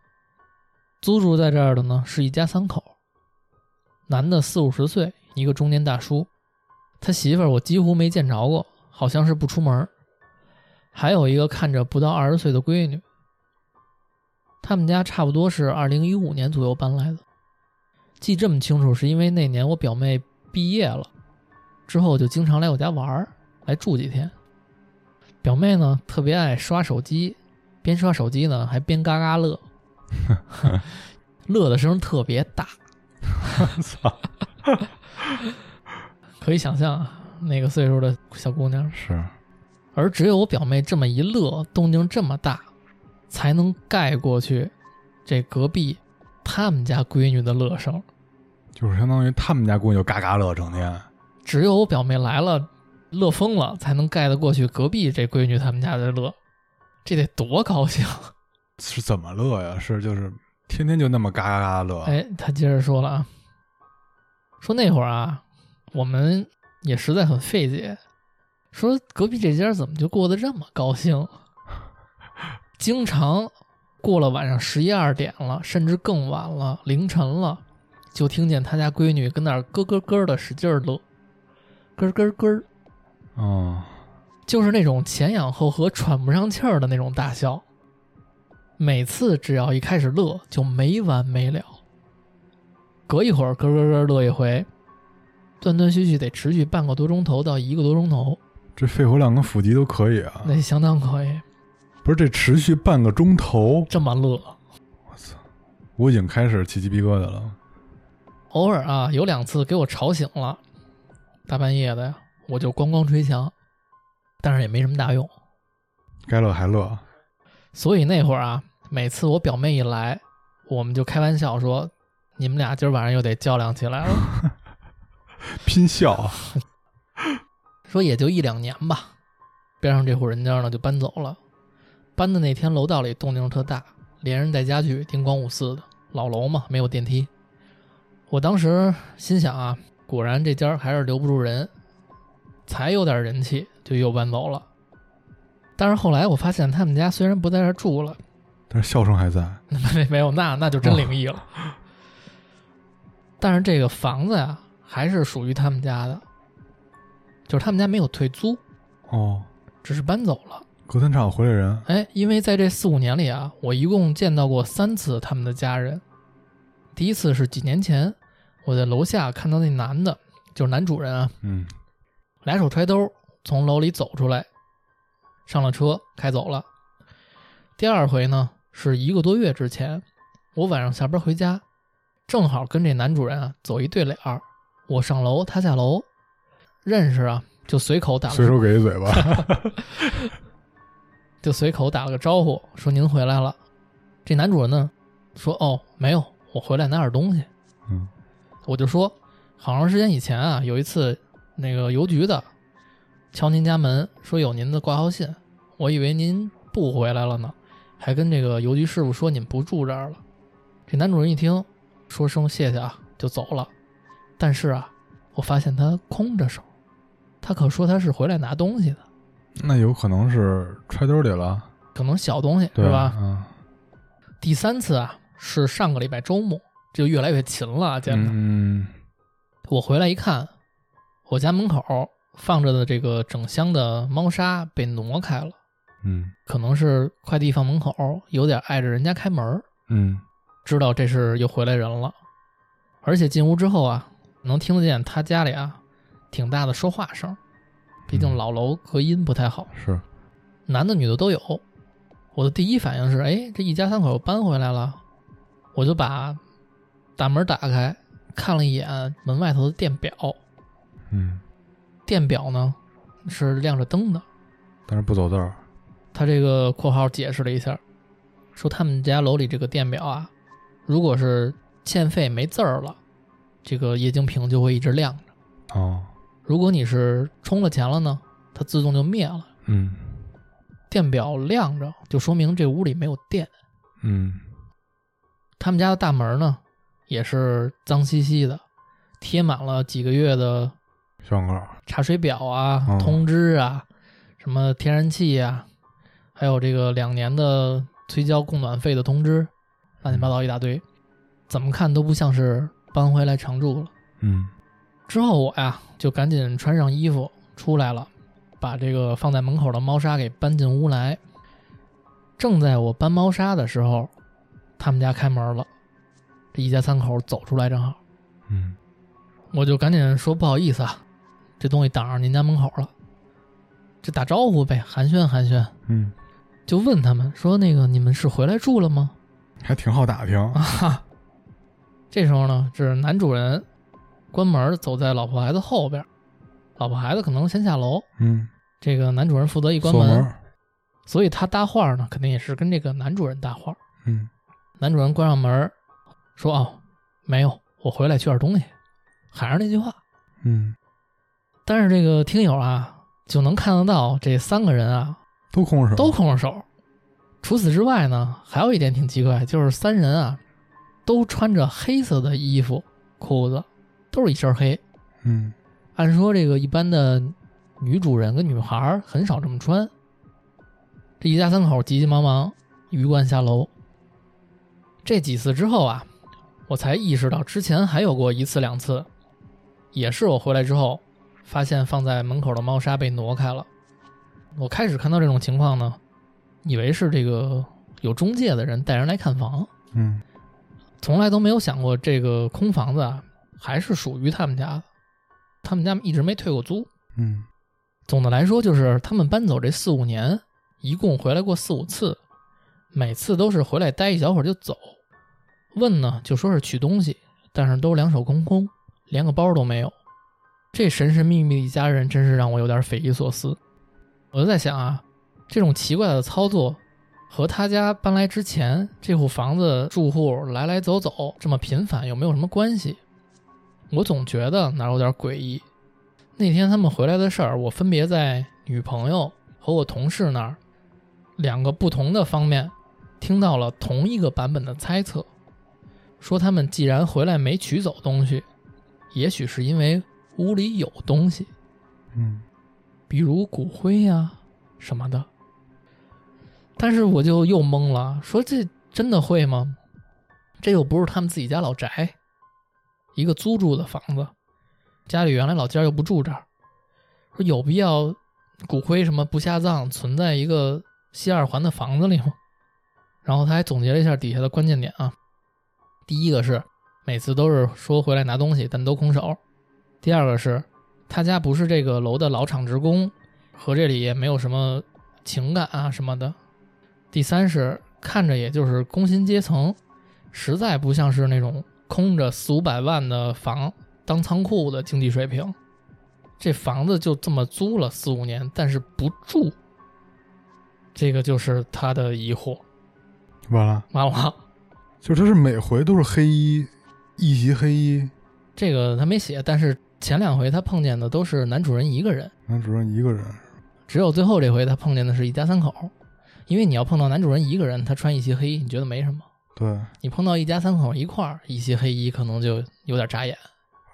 Speaker 1: 租住在这儿的呢是一家三口，男的四五十岁，一个中年大叔，他媳妇儿我几乎没见着过，好像是不出门儿，还有一个看着不到二十岁的闺女。他们家差不多是二零一五年左右搬来的，记这么清楚是因为那年我表妹毕业了，之后就经常来我家玩儿，来住几天。表妹呢特别爱刷手机，边刷手机呢还边嘎嘎乐，乐的声特别大，
Speaker 2: 操，
Speaker 1: 可以想象啊，那个岁数的小姑娘。
Speaker 2: 是，
Speaker 1: 而只有我表妹这么一乐，动静这么大，才能盖过去这隔壁他们家闺女的乐声。
Speaker 2: 就是相当于他们家姑娘就嘎嘎乐，整天。
Speaker 1: 只有我表妹来了，乐疯了，才能盖得过去隔壁这闺女他们家的乐，这得多高兴！
Speaker 2: 是怎么乐呀？是就是天天就那么嘎嘎嘎乐。
Speaker 1: 哎，他接着说了啊，说那会儿啊，我们也实在很费解，说隔壁这家怎么就过得这么高兴？经常过了晚上十一二点了，甚至更晚了，凌晨了，就听见他家闺女跟那儿咯咯咯的使劲儿乐，咯咯咯儿，
Speaker 2: 哦，
Speaker 1: 就是那种前仰后合、喘不上气儿的那种大笑。每次只要一开始乐，就没完没了。隔一会儿咯咯咯乐一回，断断续续得持续半个多钟头到一个多钟头，
Speaker 2: 这肺活量跟腹肌都可以啊。
Speaker 1: 那相当可以。
Speaker 2: 不是这持续半个钟头，
Speaker 1: 这么乐，
Speaker 2: 我已经开始起鸡皮疙瘩了。
Speaker 1: 偶尔啊，有两次给我吵醒了，大半夜的呀，我就咣咣捶墙，但是也没什么大用。
Speaker 2: 该乐还乐，
Speaker 1: 所以那会儿啊，每次我表妹一来，我们就开玩笑说，你们俩今儿晚上又得较量起来了。
Speaker 2: 拼笑啊。
Speaker 1: 说也就一两年吧，边上这户人家呢就搬走了。搬的那天楼道里动静特大，连人带家具叮咣五四的，老楼嘛没有电梯。我当时心想啊，果然这家还是留不住人，才有点人气就又搬走了。但是后来我发现他们家虽然不在这儿住了， [laughs]
Speaker 2: 但是笑声还在。
Speaker 1: 没没有，那那就真灵异了。但是这个房子呀、啊还是属于他们家的，就是他们家没有退租，
Speaker 2: 哦，
Speaker 1: 只是搬走了。
Speaker 2: 隔三差五回来人，
Speaker 1: 哎，因为在这四五年里啊，我一共见到过三次他们的家人。第一次是几年前，我在楼下看到那男的，就是男主人啊，
Speaker 2: 嗯，
Speaker 1: 俩手揣兜从楼里走出来，上了车开走了。第二回呢，是一个多月之前，我晚上下班回家，正好跟这男主人啊走一对脸儿，我上楼，他下楼，认识啊，就随口打了
Speaker 2: 随手给一嘴巴。 [laughs]
Speaker 1: 就随口打了个招呼，说您回来了。这男主人呢，说哦没有，我回来拿点东西。
Speaker 2: 嗯，
Speaker 1: 我就说，好长时间以前啊，有一次那个邮局的敲您家门，说有您的挂号信，我以为您不回来了呢，还跟这个邮局师傅说您不住这儿了。这男主人一听，说声谢谢啊，就走了。但是啊，我发现他空着手，他可说他是回来拿东西的，
Speaker 2: 那有可能是揣兜里了，
Speaker 1: 可能小东西
Speaker 2: 对
Speaker 1: 是吧？
Speaker 2: 嗯，
Speaker 1: 第三次啊，是上个礼拜周末，就越来越勤了啊，见着、
Speaker 2: 嗯，
Speaker 1: 我回来一看，我家门口放着的这个整箱的猫砂被挪开了，
Speaker 2: 嗯
Speaker 1: 可能是快递放门口，有点碍着人家开门儿，
Speaker 2: 嗯
Speaker 1: 知道这是又回来人了。而且进屋之后啊，能听得见他家里啊挺大的说话声，毕竟
Speaker 2: 嗯
Speaker 1: 老楼隔音不太好。
Speaker 2: 嗯，是，
Speaker 1: 男的女的都有。我的第一反应是，哎，这一家三口搬回来了，我就把大门打开，看了一眼门外头的电表，
Speaker 2: 嗯，
Speaker 1: 电表呢是亮着灯的。
Speaker 2: 但是不走道儿。
Speaker 1: 他这个括号解释了一下，说他们家楼里这个电表啊，如果是欠费没字儿了，这个液晶屏就会一直亮着；
Speaker 2: 哦，
Speaker 1: 如果你是充了钱了呢，它自动就灭了。
Speaker 2: 嗯
Speaker 1: 电表亮着就说明这屋里没有电。
Speaker 2: 嗯，
Speaker 1: 他们家的大门呢，也是脏兮兮的，贴满了几个月的
Speaker 2: 小广告，
Speaker 1: 查水表啊、
Speaker 2: 哦
Speaker 1: 通知啊、什么天然气啊，还有这个两年的催交供暖费的通知，乱七八糟一大堆，怎么看都不像是搬回来常住了。
Speaker 2: 嗯
Speaker 1: 之后我呀就赶紧穿上衣服出来了，把这个放在门口的猫砂给搬进屋来。正在我搬猫砂的时候，他们家开门了，这一家三口走出来正好，
Speaker 2: 嗯，
Speaker 1: 我就赶紧说不好意思啊，这东西挡着您家门口了，就打招呼呗，寒暄寒暄，
Speaker 2: 嗯，
Speaker 1: 就问他们说那个你们是回来住了吗？
Speaker 2: 还挺好打听。
Speaker 1: 啊哈，这时候呢，是男主人关门走在老婆孩子后边儿，老婆孩子可能先下楼，
Speaker 2: 嗯，
Speaker 1: 这个男主人负责一关
Speaker 2: 锁
Speaker 1: 门，
Speaker 2: 门儿。
Speaker 1: 所以他搭话儿呢，肯定也是跟这个男主人搭话儿。
Speaker 2: 嗯，
Speaker 1: 男主人关上门儿，说：“哦，没有，我回来取点东西。”还是那句话。
Speaker 2: 嗯，
Speaker 1: 但是这个听友啊，就能看得到这三个人啊
Speaker 2: 都空手，
Speaker 1: 都空着手。除此之外呢，还有一点挺奇怪，就是三人啊都穿着黑色的衣服、裤子，都是一身黑。
Speaker 2: 嗯
Speaker 1: 按说这个一般的女主人跟女孩儿很少这么穿。这一家三口急急忙忙鱼贯下楼。这几次之后啊，我才意识到之前还有过一次两次，也是我回来之后发现放在门口的猫砂被挪开了。我开始看到这种情况呢，以为是这个有中介的人带人来看房，
Speaker 2: 嗯
Speaker 1: 从来都没有想过这个空房子啊还是属于他们家的，他们家一直没退过租。
Speaker 2: 嗯
Speaker 1: 总的来说，就是他们搬走这四五年，一共回来过四五次，每次都是回来待一小会儿就走。问呢，就说是取东西，但是都两手空空，连个包都没有。这神神秘秘的一家人，真是让我有点匪夷所思。我就在想啊，这种奇怪的操作，和他家搬来之前这户房子住户来来走走这么频繁，有没有什么关系？我总觉得哪儿有点诡异。那天他们回来的事儿，我分别在女朋友和我同事那儿两个不同的方面听到了同一个版本的猜测，说他们既然回来没取走东西，也许是因为屋里有东西，
Speaker 2: 嗯
Speaker 1: 比如骨灰呀、什么的。但是我就又懵了，说这真的会吗？这又不是他们自己家老宅，一个租住的房子，家里原来老家又不住这儿，说有必要骨灰什么不下葬存在一个西二环的房子里吗？然后他还总结了一下底下的关键点啊，第一个是每次都是说回来拿东西，但都空手；第二个是他家不是这个楼的老厂职工，和这里也没有什么情感啊什么的。第三是看着也就是工薪阶层，实在不像是那种空着四五百万的房当仓库的经济水平。这房子就这么租了四五年，但是不住，这个就是他的疑惑。
Speaker 2: 完了，
Speaker 1: 完了，
Speaker 2: 就是他是每回都是黑衣，一袭黑衣，
Speaker 1: 这个他没写，但是前两回他碰见的都是男主人一个人，
Speaker 2: 男主任一个人，
Speaker 1: 只有最后这回他碰见的是一家三口，因为你要碰到男主人一个人，他穿一袭黑衣，你觉得没什么；
Speaker 2: 对，
Speaker 1: 你碰到一家三口一块儿，一袭黑衣可能就有点扎眼。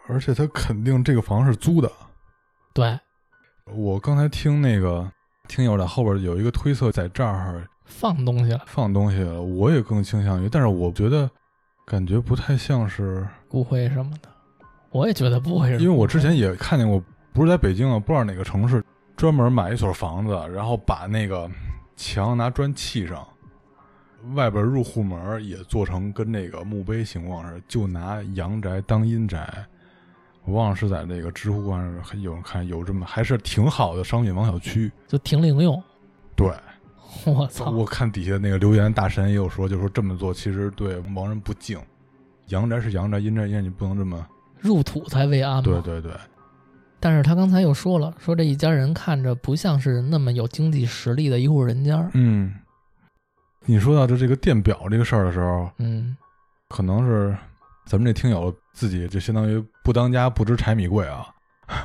Speaker 2: 而且他肯定这个房是租的。
Speaker 1: 对，
Speaker 2: 我刚才听那个听友在后边有一个推测，在这儿
Speaker 1: 放东西了，
Speaker 2: 放东西了，我也更倾向于，但是我觉得感觉不太像是，
Speaker 1: 骨灰什么的，我也觉得不会是骨灰。
Speaker 2: 因为我之前也看见过，不是在北京啊，不知道哪个城市，专门买一所房子，然后把那个墙拿砖砌上，外边入户门也做成跟那个墓碑情况似的，就拿阳宅当阴宅。我忘了是在那个知乎上有人看有这么还是挺好的商品房小区，
Speaker 1: 就挺零
Speaker 2: [laughs]
Speaker 1: 用，
Speaker 2: 对，
Speaker 1: 我操，
Speaker 2: 我看底下那个留言，大神也有说，就说这么做其实对亡人不敬。阳宅是阳宅，阴宅阴宅，你不能这么。
Speaker 1: 入土才为安嘛。
Speaker 2: 对对对，
Speaker 1: 但是他刚才又说了，说这一家人看着不像是那么有经济实力的一户人家。
Speaker 2: 嗯。你说到这这个电表这个事儿的时候，
Speaker 1: 嗯，
Speaker 2: 可能是咱们这听友自己就相当于不当家不知柴米贵啊。 [laughs]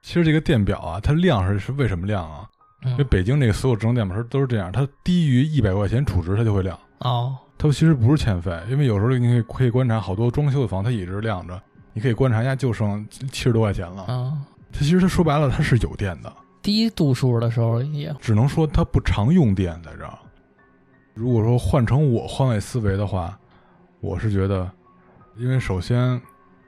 Speaker 2: 其实这个电表啊，它量是是为什么量
Speaker 1: 嗯
Speaker 2: 啊？因为北京这个所有智能电表它都是这样，它低于一百块钱储值它就会亮。
Speaker 1: 哦，
Speaker 2: 它其实不是欠费，因为有时候你可以可以观察好多装修的房，它一直亮着，你可以观察一下，就剩七十多块钱了。
Speaker 1: 嗯，
Speaker 2: 它其实它说白了，它是有电的，
Speaker 1: 低度数的时候也
Speaker 2: 只能说它不常用电在这儿。如果说换成我换位思维的话，我是觉得，因为首先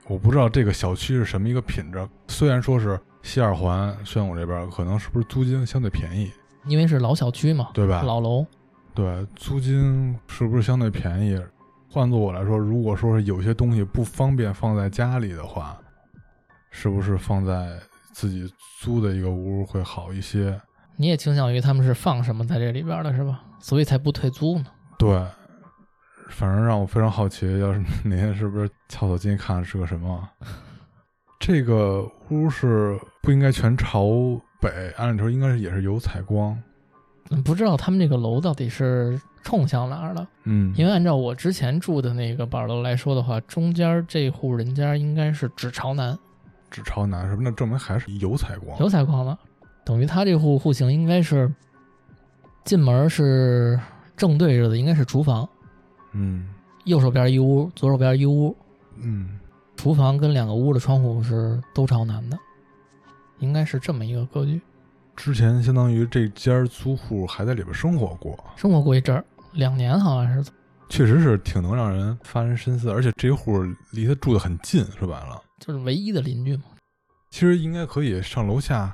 Speaker 2: 我不知道这个小区是什么一个品质，虽然说是西二环宣武这边可能是不是租金相对便宜，
Speaker 1: 因为是老小区嘛，
Speaker 2: 对吧？啊
Speaker 1: 老楼，
Speaker 2: 对，租金是不是相对便宜？换做我来说，如果说是有些东西不方便放在家里的话，是不是放在自己租的一个屋会好一些？
Speaker 1: 你也倾向于他们是放什么在这里边的是吧？所以才不退租呢。
Speaker 2: 对，反正让我非常好奇，要是哪天是不是跳脚进去看是个什么？这个屋是不应该全朝北，按理说应该是也是有采光。
Speaker 1: 嗯不知道他们这个楼到底是冲向哪儿了，
Speaker 2: 嗯，
Speaker 1: 因为按照我之前住的那个板楼来说的话，中间这户人家应该是只朝南，
Speaker 2: 只朝南，是不是？那证明还是有采光。
Speaker 1: 有采光了，等于他这户户型应该是进门是正对着的，应该是厨房，
Speaker 2: 嗯
Speaker 1: 右手边一屋，左手边一屋，
Speaker 2: 嗯，
Speaker 1: 厨房跟两个屋的窗户是都朝南的。应该是这么一个格局。
Speaker 2: 之前相当于这家租户还在里边生活过，
Speaker 1: 生活过一阵儿，两年好像是，
Speaker 2: 确实是挺能让人发人深思，而且这户离他住的很近，说白了，
Speaker 1: 就是唯一的邻居嘛。
Speaker 2: 其实应该可以上楼下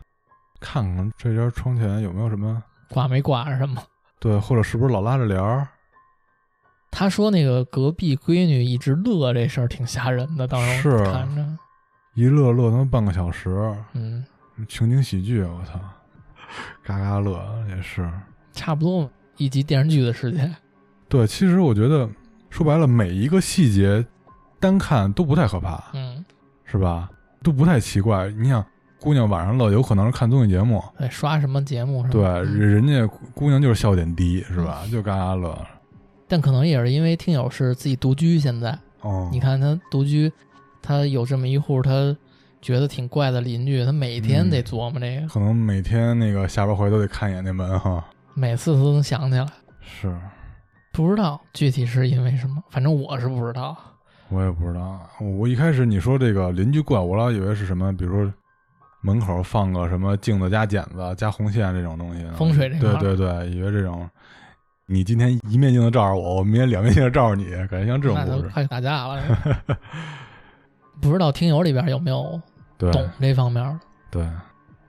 Speaker 2: 看看这家窗前有没有什么
Speaker 1: 挂没挂着什么？
Speaker 2: 对，或者是不是老拉着帘儿。
Speaker 1: 他说那个隔壁闺女一直乐这事儿挺吓人的，当时我
Speaker 2: 是啊
Speaker 1: 看着，
Speaker 2: 一乐乐他妈半个小时，
Speaker 1: 嗯，
Speaker 2: 情景喜剧，我操，嘎嘎乐也是。
Speaker 1: 差不多一集电视剧的时间。
Speaker 2: 对，其实我觉得说白了，每一个细节单看都不太可怕，
Speaker 1: 嗯，
Speaker 2: 是吧？都不太奇怪。你想，姑娘晚上乐，有可能是看综艺节目，
Speaker 1: 对，刷什么节目是吧？
Speaker 2: 对，
Speaker 1: 嗯
Speaker 2: 人人家姑娘就是笑点低，是吧？就嘎嘎乐。
Speaker 1: 但可能也是因为听友是自己独居，现在
Speaker 2: 哦，
Speaker 1: 你看他独居，他有这么一户，他觉得挺怪的邻居，他每天
Speaker 2: 嗯
Speaker 1: 得琢磨这个，
Speaker 2: 可能每天那个下班回来都得看一眼那门哈。
Speaker 1: 每次都能想起来，
Speaker 2: [laughs] 是，
Speaker 1: 不知道具体是因为什么，反正我是不知道。
Speaker 2: 我也不知道。我一开始你说这个邻居怪，我老以为是什么，比如说门口放个什么镜子加剪子加红线这种东西呢，
Speaker 1: 风水这块
Speaker 2: 对
Speaker 1: 儿
Speaker 2: 对对，以为这种，你今天一面镜子照着我，我明天两面镜子照着你，感觉像这种
Speaker 1: 那都
Speaker 2: 故事。
Speaker 1: 快打架了。
Speaker 2: [laughs]
Speaker 1: 不知道听友里边有没有
Speaker 2: 对
Speaker 1: 懂这方面儿的？
Speaker 2: 对，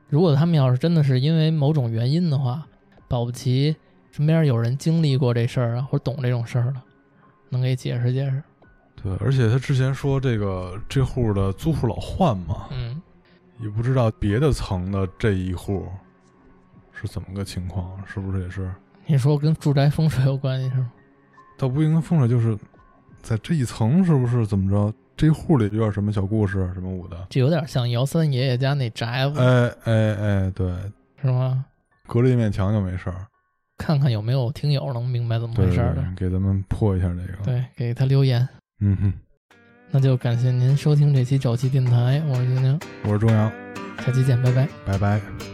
Speaker 1: 如果他们要是真的是因为某种原因的话，保不齐身边有人经历过这事儿啊，或者懂这种事儿的，能给解释解释。
Speaker 2: 对，而且他之前说这个这户的租户老换嘛，
Speaker 1: 嗯，
Speaker 2: 也不知道别的层的这一户是怎么个情况，是不是也是？
Speaker 1: 你说跟住宅风水有关系是吗？
Speaker 2: 倒不应该风水，就是在这一层是不是怎么着？这一户里有点什么小故事什么舞的？
Speaker 1: 这有点像姚三爷爷家那宅子、
Speaker 2: 哎哎哎，对，
Speaker 1: 是吗？
Speaker 2: 隔着一面墙就没事儿。
Speaker 1: 看看有没有听友能明白怎么
Speaker 2: 对
Speaker 1: 回
Speaker 2: 对
Speaker 1: 事儿的。
Speaker 2: 对，给咱们破一下这个。，
Speaker 1: 对，给他留言。
Speaker 2: 嗯哼，
Speaker 1: 那就感谢您收听这期早期电台，我是宁宁，
Speaker 2: 我是钟阳，
Speaker 1: 下期见，拜拜。
Speaker 2: 拜拜。